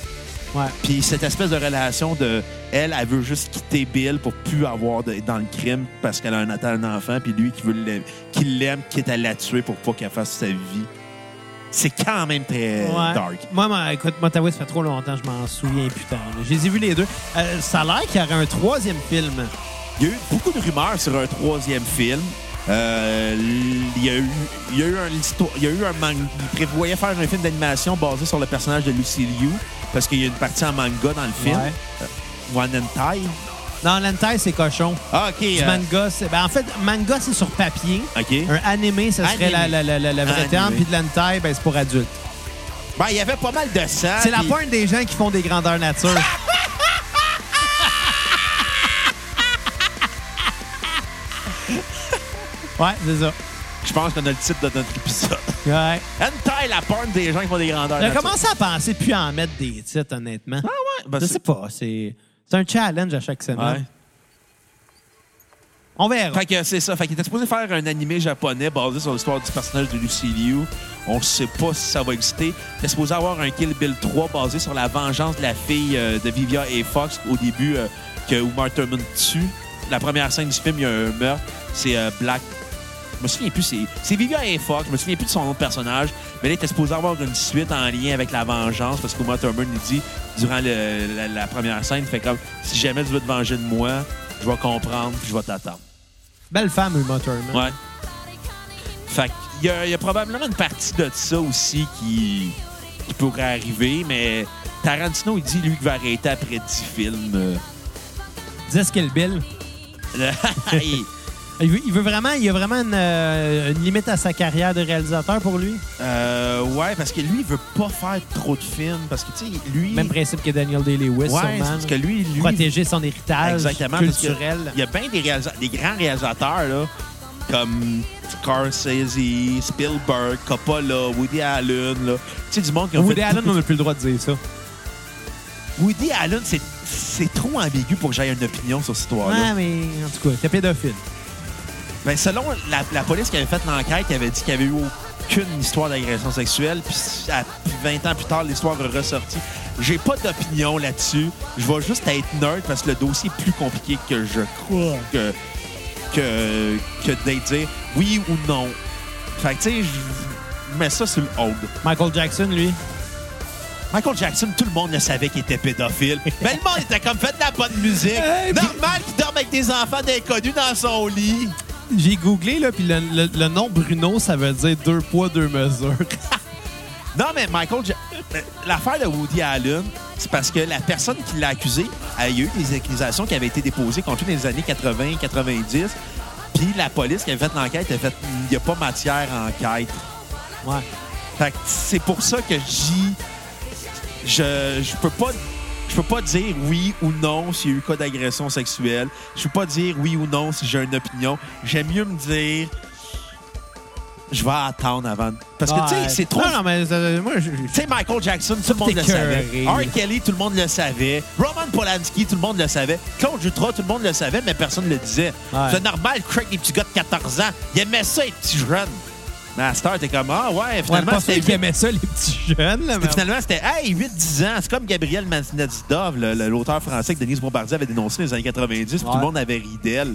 Ouais.
Puis cette espèce de relation de elle, elle veut juste quitter Bill pour plus avoir de- dans le crime parce qu'elle a un, attend un enfant, puis lui qui veut l'aim- qui l'aime, quitte à la tuer pour pas qu'elle fasse sa vie. C'est quand même très
Ouais.
Euh, dark.
Moi, moi, écoute, moi, t'avoue, ça fait trop longtemps, je m'en souviens, putain. Je les ai vus les deux. Euh, ça a l'air qu'il y aurait un troisième film.
Il y a eu beaucoup de rumeurs sur un troisième film. Euh, il, y a eu, il y a eu un histo- il y a eu un manga. Il prévoyait faire un film d'animation basé sur le personnage de Lucy Liu parce qu'il y a une partie en manga dans le film.
Ouais.
Euh, One and Tie.
Non, l'entaille, c'est cochon.
Ah, ok.
Du
euh,
manga, c'est. Ben, en fait, manga, c'est sur papier.
ok.
Un animé, ça serait la,
Animé.
la, la, la, la vraie
Animé.
terme. Puis de l'entaille, ben, c'est pour adultes.
Ben, il y avait pas mal de sang.
C'est la
Ah, puis-
pointe des gens qui font des grandeurs nature. ouais, c'est ça.
Je pense qu'on a le titre de notre épisode.
Ouais.
Hentai, la porn des gens qui font des grandeurs.
J'ai
nature.
commencé à penser puis à en mettre des titres, honnêtement.
Ah ouais. Ben,
Je
c'est-
sais pas, c'est c'est un challenge à chaque semaine.
Ouais.
On verra.
Fait que c'est ça. Fait qu'il était supposé faire un animé japonais basé sur l'histoire du personnage de Lucy Liu. On sait pas si ça va exister. Il était supposé avoir un Kill Bill 3 basé sur la vengeance de la fille euh, de Vivia A. Fox au début euh, que Uma Thurman tue. La première scène du film, il y a un meurtre. C'est euh, Black. Je me souviens plus, c'est, c'est Vivia A. Fox. Je me souviens plus de son nom de personnage. Mais là, il était supposé avoir une suite en lien avec la vengeance parce qu'Uma Thurman lui dit durant le- la, la première scène, il fait comme si jamais tu veux te venger de moi, je vais comprendre puis je vais t'attendre.
Belle femme, Uma Thurman.
Ouais. Fait qu'il y, a- il y a probablement une partie de ça aussi qui, qui pourrait arriver, mais Tarantino, il dit, lui, qu'il va arrêter après 10 films. euh.
Disque Kill Bill.
Il-
Il veut, il veut vraiment, il y a vraiment une, euh, une limite à sa carrière de réalisateur pour lui.
Euh, ouais, parce que lui, il veut pas faire trop de films. Parce que, tu sais, lui.
Même principe que Daniel Day-Lewis,
Ouais, c'est
sûrement.
parce que lui, lui.
Protéger son héritage
Exactement. parce que
culturel.
Il y a bien des, réalisa- des grands réalisateurs, là, comme Scorsese, Spielberg, Coppola, Woody Allen, là. Tu sais, du monde qui ont
Woody
fait...
Allen, on n'a plus le droit de dire ça.
Woody Allen, c'est- c'est trop ambigu pour que j'aille une opinion sur cette
Ouais,
histoire-là.
mais en tout cas, t'es pédophile.
Ben, selon la, la police qui avait fait l'enquête, qui avait dit qu'il n'y avait eu aucune histoire d'agression sexuelle, puis à- puis 20 ans plus tard, l'histoire est ressortie. J'ai pas d'opinion là-dessus. Je vais juste être nerd parce que le dossier est plus compliqué que je crois que, que, que de dire oui ou non. Fait que, tu sais, je mets ça sur le hold.
Michael Jackson, lui.
Michael Jackson, tout le monde le savait qu'il était pédophile. Mais le monde était comme fait de la bonne musique.
Hey, puis-
Normal qu'il dorme avec des enfants d'inconnus dans son lit.
J'ai googlé, là, puis le, le- le nom Bruno, ça veut dire deux poids, deux mesures.
Non, mais Michael, Ja- euh, l'affaire de Woody Allen, c'est parce que la personne qui l'a accusé, euh, il y a eu des accusations qui avaient été déposées contre lui dans les années 80-90. Puis la police qui avait fait l'enquête a fait il n'y a pas matière à enquête.
ouais.
Fait que c'est pour ça que je dis je je peux pas je peux pas dire oui ou non s'il y a eu cas d'agression sexuelle. Je peux pas dire oui ou non si j'ai une opinion. J'aime mieux me dire je vais attendre avant. de- Parce que tu sais,
Ouais.
c'est trop
Non, non, mais euh, moi, je-
tu sais, Michael Jackson, tout le monde le savait.
écœuré.
R. Kelly, tout le monde le savait. Roman Polanski, tout le monde le savait. Claude Jutras, tout le monde le savait, mais personne ne le disait.
Ouais.
C'est normal, Craig, les petits gars de 14 ans, il aimait ça, les petits jeunes. Mais à cette heure, t'es comme, ah ouais,
on
finalement,
pensait
c'était
qu'il aimait ça, les petits jeunes. Là, mais-
Finalement, c'était hey, 8-10 ans. C'est comme Gabriel Mantinadidov, le- le- l'auteur français que Denise Bombardier avait dénoncé dans les années 90, puis
Ouais.
tout le monde avait ri d'elle.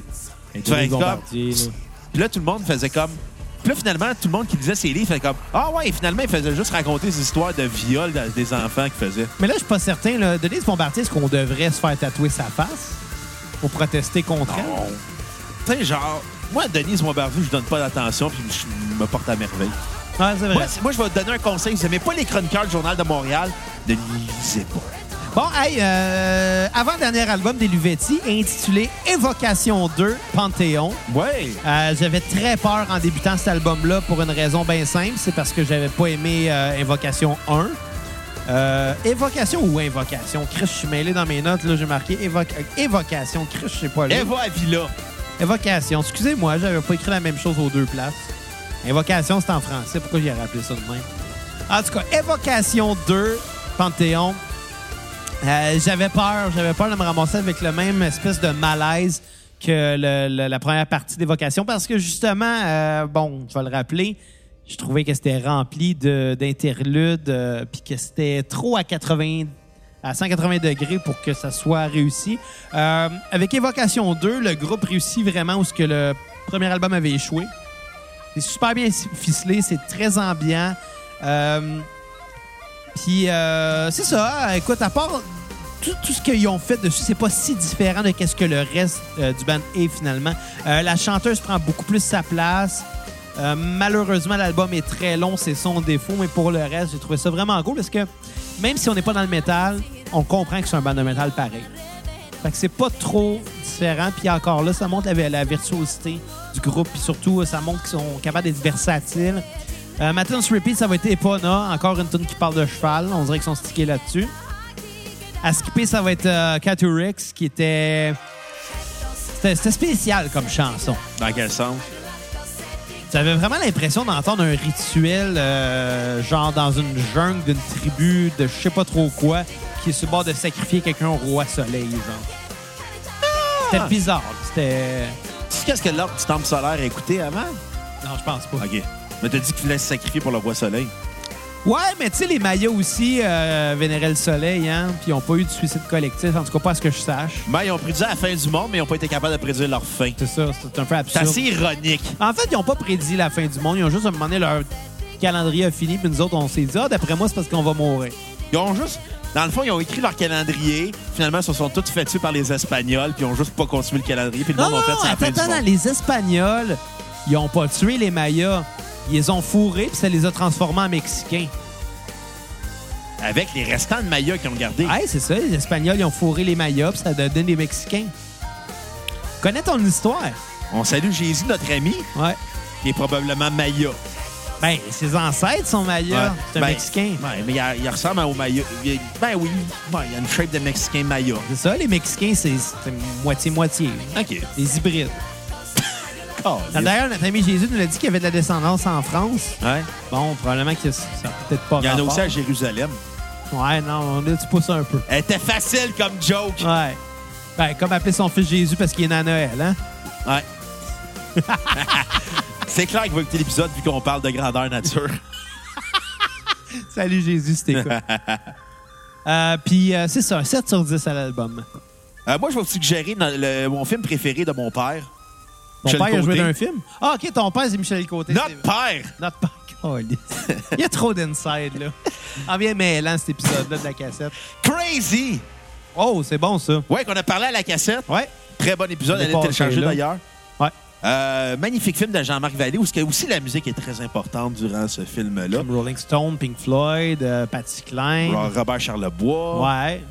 Denise
Fait comme-
Bombardier, là.
Puis là, tout le monde faisait comme. Puis là, finalement, tout le monde qui disait ses livres faisait comme Ah ouais, finalement, il faisait juste raconter des histoires de viol dans- des enfants qu'il faisait.
Mais là, je suis pas certain. Là. Denise Bombardier, est-ce qu'on devrait se faire tatouer sa face pour protester contre elle?
Tu sais, genre, moi, Denise Bombardier, je donne pas d'attention, puis je me porte à merveille.
Ouais, c'est vrai.
Moi, c'est- moi, je vais te donner un conseil. Si vous n'aimez pas les chroniqueurs du Journal de Montréal, ne lisez pas.
Bon, hey, euh, avant-dernier album des Luvetti, intitulé Évocation 2, Panthéon.
Ouais.
Euh, j'avais très peur en débutant cet album-là pour une raison bien simple. C'est parce que j'avais pas aimé euh, Évocation 1. Euh, évocation ou invocation? Chris, je suis mêlé dans mes notes. Là, j'ai marqué évoca- évocation. Chris, je sais pas. lire.
Eva Avila.
Évocation. Excusez-moi, j'avais pas écrit la même chose aux deux places. Évocation, c'est en français. Pourquoi j'ai rappelé ça de même? En tout cas, Évocation 2, Panthéon. Euh, j'avais peur, j'avais peur de me ramasser avec le même espèce de malaise que le- le- la première partie d'Évocation parce que justement, euh, bon, je vais le rappeler, je trouvais que c'était rempli de- d'interludes euh, puis que c'était trop à 80 à 180 degrés pour que ça soit réussi. Euh, avec Évocation 2, le groupe réussit vraiment où ce que le premier album avait échoué. C'est super bien ficelé, c'est très ambiant. Euh, puis euh, c'est ça. Écoute, à part tout, tout ce qu'ils ont fait dessus, c'est pas si différent de qu'est-ce que le reste euh, du band est finalement. Euh, la chanteuse prend beaucoup plus sa place. Euh, malheureusement, l'album est très long, c'est son défaut, mais pour le reste, j'ai trouvé ça vraiment cool parce que même si on n'est pas dans le métal, on comprend que c'est un band de métal pareil. Fait que c'est pas trop différent. Puis encore là, ça montre la, la virtuosité du groupe. Puis surtout, euh, ça montre qu'ils sont capables d'être versatiles. Euh, ma tune sur Repeat, ça va être Epona. Encore une tune qui parle de cheval. On dirait qu'ils sont stickés là-dessus. À skipper, ça va être euh, Caturix, qui était... C'était c'était spécial comme chanson.
Dans quel sens?
J'avais vraiment l'impression d'entendre un rituel, euh, genre dans une jungle d'une tribu de je sais pas trop quoi, qui est sur le bord de sacrifier quelqu'un au roi soleil, genre.
Ah!
C'était bizarre. C'était.
Tu sais Qu'est-ce que l'ordre du temple solaire a écouté avant?
Non, je pense pas.
OK. Mais t'as dit qu'il voulait se sacrifier pour le roi soleil.
Ouais, mais tu sais, les Mayas aussi euh, vénéraient le soleil, hein, puis ils ont pas eu de suicide collectif, en tout cas pas à ce que je sache.
Mais Ben, ils ont prédit la fin du monde, mais ils n'ont pas été capables de prédire leur fin.
C'est ça, c'est un peu
C'est
absurde.
assez ironique.
En fait, ils n'ont pas prédit la fin du monde, ils ont juste à un moment donné leur calendrier a fini, puis nous autres, on s'est dit, ah, d'après moi, c'est parce qu'on va mourir.
Ils ont juste. Dans le fond, ils ont écrit leur calendrier. Finalement, ils se sont tous fait tuer par les Espagnols, puis ils ont juste pas continué le calendrier, puis le
Non, non,
monde a fait
non,
ça
attends,
fin du
attends,
monde.
les Espagnols, ils ont pas tué les Mayas. Ils les ont fourrés, puis ça les a transformés en Mexicains.
Avec les restants de Maya qu'ils ont gardés.
Ouais, c'est ça, les Espagnols, ils ont fourré les Mayas, puis ça a donné des Mexicains. Connais ton histoire.
On salue Jésus, notre ami,
Ouais.
qui est probablement Maya.
Ben, ses ancêtres sont Maya.
Ouais.
C'est un
Ben,
Mexicain.
ouais, mais il, a- il ressemble à au Maya. Il- Ben oui, ouais, il a une shape de Mexicain Maya.
C'est ça, les Mexicains, c'est c'est moitié-moitié.
OK.
Les hybrides.
Oh,
D'ailleurs, notre ami Jésus nous a dit qu'il y avait de la descendance en France.
ouais.
Bon, probablement que ça ça a peut-être pas
Il y en a
rapport.
aussi à Jérusalem.
Ouais, non, là, tu pousses un peu.
Elle était facile comme joke.
Ouais. Ben, comme appeler son fils Jésus parce qu'il est né à Noël, hein?
Ouais. C'est clair qu'il va écouter l'épisode vu qu'on parle de grandeur nature.
Salut Jésus, c'était quoi? euh, Puis, euh, c'est ça, 7 sur 10 à l'album.
Euh, moi, je vais vous suggérer no- le- mon film préféré de mon père.
Mon
Michel
père a joué
Côté.
dans un film? Ah, OK, ton père, c'est Michel Côté. c'est
Notre
vrai.
père!
Notre père, câlisse. Il y a trop d'inside, là. En vient mêlant, cet épisode-là de la cassette.
Crazy!
Oh, c'est bon, ça.
Ouais, qu'on a parlé à la cassette.
Ouais.
Très bon épisode,
On est
elle est
passé
téléchargée
là.
d'ailleurs.
Ouais.
Euh, magnifique film de Jean-Marc Vallée, où ce que- aussi la musique est très importante durant ce film-là.
Comme Rolling Stone, Pink Floyd, euh, Patty Klein.
Ro- Robert Charlebois.
Ouais.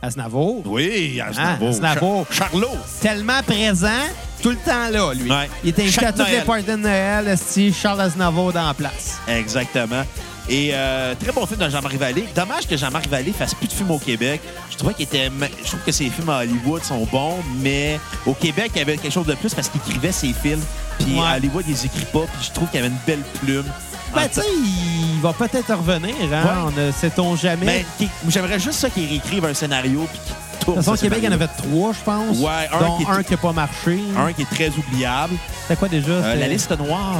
Aznavour.
Oui, Aznavour.
Ah, Aznavour.
Char- Charlot.
Tellement présent, tout le temps là, lui.
Ouais.
Il était invité
Chaque
à toutes
Noël.
les parties de Noël, esti, Charles Aznavour dans la place.
Exactement. Et euh, très bon film de Jean-Marc Vallée. Dommage que Jean-Marc Vallée fasse plus de films au Québec. Je trouvais qu'il était. ma- Je trouve que ses films à Hollywood sont bons, mais au Québec, il y avait quelque chose de plus parce qu'il écrivait ses films. Puis
Ouais.
à Hollywood, il les écrit pas. Puis je trouve qu'il avait une belle plume. En-
Ben, tu sais, il va peut-être revenir, hein?
Ouais. Ben,
On ne sait-on jamais.
mais qu'il- j'aimerais juste ça qu'il réécrive un scénario puis qu'il
de toute
tourne.
façon,
ce
Québec, il y en
scénario.
avait trois, je pense.
Ouais, un
dont
qui est-
un qui n'a pas marché.
Un qui est très oubliable.
C'était quoi déjà?
Euh,
C'était-
la liste noire.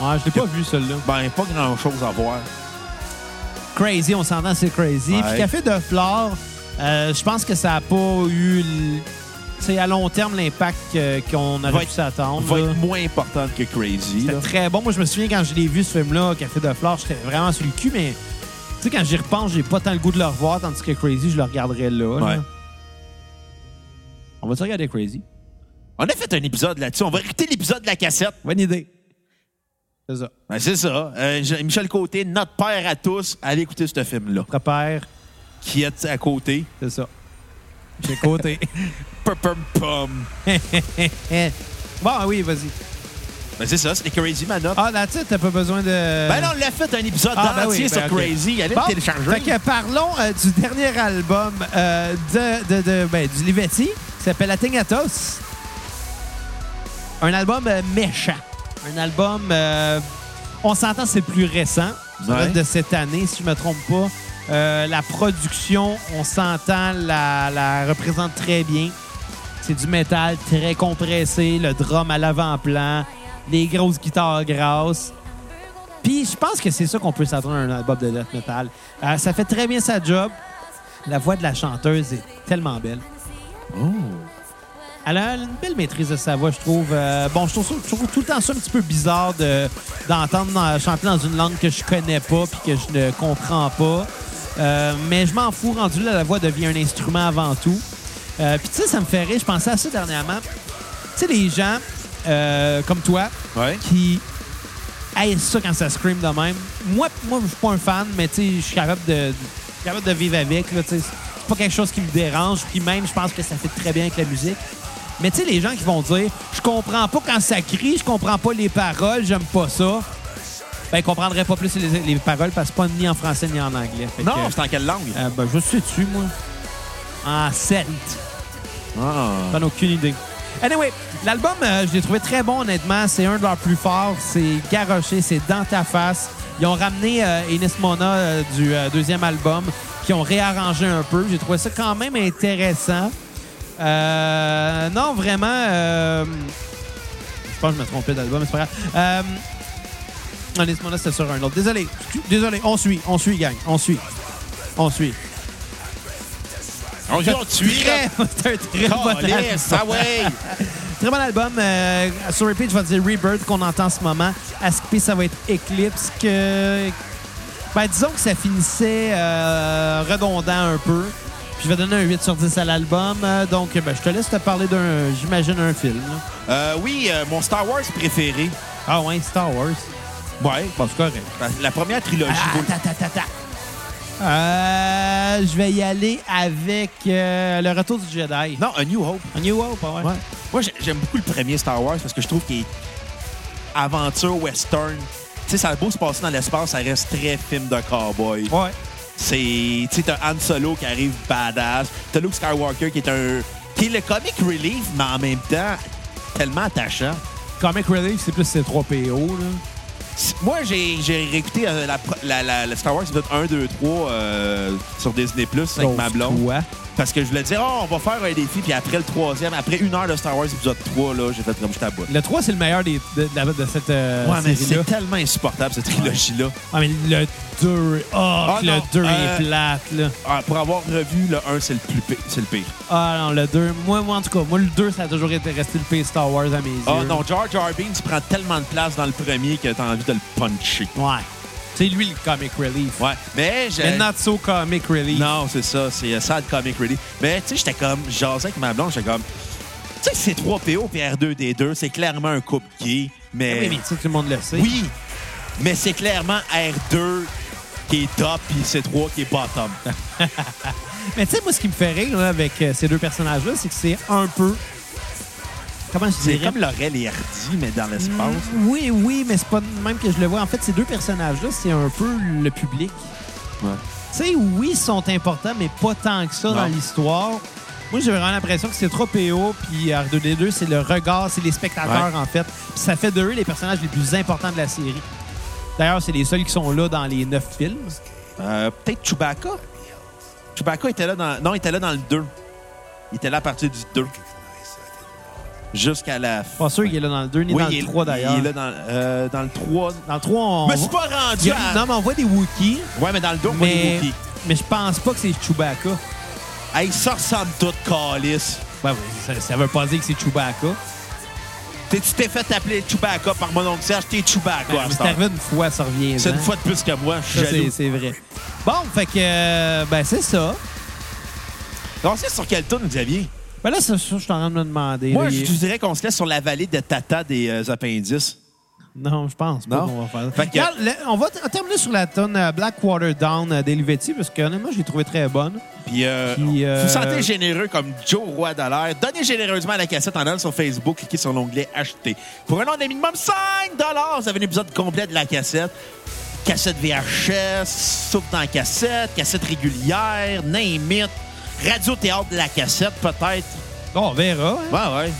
Ouais, je l'ai pas vu, celui-là.
Ben, pas grand-chose à voir.
Crazy, on s'entend, c'est crazy.
Ouais.
Puis Café de Flore, euh, je pense que ça n'a pas eu, l- tu sais, à long terme, l'impact que- qu'on
Va
aurait
être-
pu s'attendre.
Va
là.
être moins importante que Crazy. là.
C'était très bon. Moi, je me souviens quand je l'ai vu, ce film-là, Café de Flore, j'étais vraiment sur le cul, mais tu sais, quand j'y repense, j'ai pas tant le goût de le revoir, tandis que Crazy, je le regarderais là. là.
Ouais.
On va-tu regarder Crazy?
On a fait un épisode là-dessus. On va écouter l'épisode de la cassette.
Bonne idée. C'est ça.
Ben, c'est ça. Euh, je- Michel Côté, notre père à tous, allez écouter ce film-là.
Prépare,
Qui est à côté.
c'est ça. J'ai côté.
Pum, pum, pum.
Eh. bon, ah oui, vas-y.
Ben, c'est ça, c'était Crazy Manop.
Ah, là-dessus, t'as pas besoin de.
Ben non, on l'a fait un épisode
Ah, ben
entier
oui,
sur
ben, ok.
Crazy. Allez
Bon,
le
Fait
télécharger.
que parlons euh, du dernier album euh, de, de- de- ben, du Livetti qui s'appelle Atingatos. Un album euh, méchant. Un album, euh, on s'entend, c'est plus récent. Ça
Ouais.
date de cette année, si je me trompe pas. Euh, la production, on s'entend, la, la représente très bien. C'est du métal très compressé, le drum à l'avant-plan, les grosses guitares grasses. Puis je pense que c'est ça qu'on peut s'attendre à un album de death metal. Euh, ça fait très bien sa job. La voix de la chanteuse est tellement belle. Elle a une belle maîtrise de sa voix, je trouve. Euh, bon, je trouve, ça- je trouve tout le temps ça un petit peu bizarre de- d'entendre dans- chanter dans une langue que je connais pas puis que je ne comprends pas. Euh, mais je m'en fous, rendu là, la voix devient un instrument avant tout. Euh, puis tu sais, ça me fait rire, je pensais à ça dernièrement. Tu sais, les gens euh, comme toi
Ouais.
qui aiment ça quand ça scream de même. Moi, moi je suis pas un fan, mais tu sais, je suis capable de, de- je suis capable de vivre avec. Là, tu sais. c'est pas quelque chose qui me dérange. Puis même, je pense que ça fait très bien avec la musique. Mais tu sais, les gens qui vont dire Je comprends pas quand ça crie, je comprends pas les paroles, j'aime pas ça. Ben, ils comprendraient pas plus les, les paroles parce que c'est pas ni en français ni en anglais. Fait
Non,
que,
c'est en quelle langue?
euh, ben, je sais tu moi. En celte.
Ah.
J'en ai aucune idée. Anyway, l'album, euh, je l'ai trouvé très bon, honnêtement. C'est un de leurs plus forts. C'est garoché, c'est dans ta face. Ils ont ramené euh, Enis Mona euh, du euh, deuxième album, qui ont réarrangé un peu. J'ai trouvé ça quand même intéressant. Euh, non, vraiment. euh, je pense que je me trompais d'album, mais c'est pas grave. Euh, Enis Mona, c'était sur un autre. Désolé, désolé. On suit, on suit, gang. On suit. On suit.
On vient de tuer.
Très- C'est un très bon album.
Calisse, ah ouais.
Très bon album. euh, sur repeat, je vais dire Rebirth qu'on entend en ce moment. À skipper, ça va être Eclipse. Que... Ben, disons que ça finissait euh, redondant un peu. Puis je vais donner un 8 sur 10 à l'album. Euh, donc, ben, je te laisse te parler d'un, j'imagine, un film. là.
Euh, oui, euh, mon Star Wars préféré.
Ah ouais, Star Wars.
Ouais.
Bon, c'est correct.
Ben, La première trilogie.
Ah,
vaut-
ta, ta, ta, ta. Euh, je vais y aller avec euh, Le Retour du Jedi.
Non, A New Hope.
Un New Hope, ah ouais.
Moi, j'ai- j'aime beaucoup le premier Star Wars parce que je trouve qu'il est aventure western. Tu sais, ça a beau se passer dans l'espace, ça reste très film de cowboy.
Ouais.
C'est. Tu sais, t'as Han Solo qui arrive badass. T'as Luke Skywalker qui est un. qui est le comic relief, mais en même temps, tellement attachant.
Comic Relief, c'est plus ces 3 PO. Là.
C- Moi, j'ai j'ai réécouté euh, la, pro- la, la- la Star Wars épisode 1, 2, 3 euh, sur Disney Plus avec
Sauf
ma blonde.
toi.
Parce que je voulais dire, oh, on va faire un défi, puis après le troisième, après une heure de Star Wars épisode 3, là, j'ai fait comme je taboute.
Le 3, c'est le meilleur des- de, de la- de cette euh,
Ouais, mais
série-là.
c'est tellement insupportable, cette trilogie-là.
Ah, mais le 2, oh, que le
non,
2
euh,
est plate. Là.
Ah, pour avoir revu le 1, c'est le plus pire. C'est le pire.
Ah non, le 2, moi, moi en tout cas, moi le 2, ça a toujours été resté le pays Star Wars à mes yeux.
Ah non, Jar Jar Binks prend tellement de place dans le premier que t'as envie de le puncher.
Ouais. C'est lui le comic relief.
Ouais, mais j'ai...
Mais not so comic relief.
Non, c'est ça, c'est euh, sad comic relief. Mais tu sais, j'étais comme, jasais avec ma blonde, j'étais comme, tu sais, c'est 3PO puis R2D2, c'est clairement un couple gay, mais.
Ah, Eh Oui, mais tu sais, tout le monde le sait.
Oui, mais c'est clairement R2 qui est top puis C3 qui est bottom.
Ah, Mais tu sais, moi, ce qui me fait rire là, avec euh, ces deux personnages-là, c'est que c'est un peu. Comment je
C'est
dirais
comme Laurel et Hardy, mais dans l'espace.
Oui, oui, mais c'est pas de même que je le vois. En fait, ces deux personnages-là, c'est un peu le public. Mm.
Ouais.
Tu sais, oui, ils sont importants, mais pas tant que ça
Non.
dans l'histoire. Moi, j'ai vraiment l'impression que c'est trop PO, puis R2D2, c'est le regard, c'est les spectateurs,
Ouais.
en fait. Puis ça fait de eux les personnages les plus importants de la série. D'ailleurs, c'est les seuls qui sont là dans les neuf films.
Euh, Peut-être Chewbacca. Chewbacca était là dans. Non, il était là dans le 2. Il était là à partir du 2. Jusqu'à la fin.
Pas sûr qu'il est là dans le 2 ni
Oui,
dans
il
le
est-
3, d'ailleurs.
Il est là dans, euh, dans le 3.
Dans le 3, on.
Je me suis pas
il y
rendu
a-
à...
Non, mais on voit des Wookiees,
Ouais, mais dans le dos, on est
mais...
Wookiee.
mais je pense pas que c'est Chewbacca.
Hey, ça ressemble tout, Calis.
Ben oui, ça, ça veut pas dire que c'est Chewbacca.
Tu t'es fait appeler Chewbacca par mon oncle Serge, t'es
Ben,
Chewbacca. à
mais
cette
c'est
heure.
arrivé une fois, ça revient.
C'est une
hein.
fois de plus que moi, je suis
Ça, c'est-
jaloux.
c'est vrai. Bon, fait que, euh, ben, c'est ça.
On sait sur quel tourne, Xavier?
Ben là, c'est ça, je suis en train de me demander.
Moi,
là,
je
il-
te dirais qu'on se laisse sur la vallée de Tata des euh, appendices.
Non, je pense pas
Non?
qu'on va faire ça.
Fait que-
Regarde, le- on va t- terminer sur la tonne euh, Blackwater Down euh, d'Elivetti, parce que honnêtement, je l'ai trouvé très bonne.
Puis, euh,
Puis, euh,
vous sentez généreux comme Joe Roy Dallaire, donnez généreusement à la cassette en allant sur Facebook, cliquez sur l'onglet Acheter. Pour un nom de minimum 5 vous avez un épisode complet de la cassette. Cassette VHS, soupe dans la cassette, cassette régulière, name it, radio-théâtre de la cassette, peut-être.
Bon, on verra. hein.
Ouais, ouais.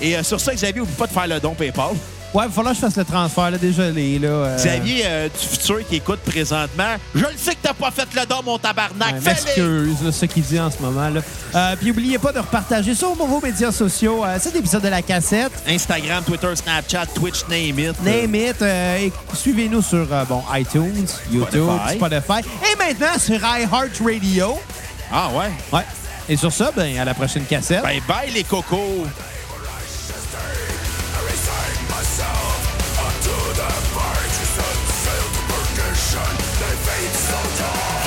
Et euh, sur ça, Xavier, n'oublie pas de faire le don PayPal.
Ouais, il va falloir que je fasse le transfert, là, désolé. Là, euh,
Xavier euh, du futur qui écoute présentement, je le sais que t'as pas fait le don, mon tabarnak.
Ouais,
Fais-le!
m'excuse, là, ce qu'il dit en ce moment. Là. Euh, puis n'oubliez pas de repartager sur vos médias sociaux euh, cet épisode de la cassette.
Instagram, Twitter, Snapchat, Twitch, name it.
Name it. euh, et suivez-nous sur euh, bon, iTunes, YouTube,
Spotify.
Spotify. Et maintenant sur iHeartRadio.
Ah ouais?
Ouais. Et sur ça, ben, à la prochaine cassette.
Bye bye les cocos!
They feed soldiers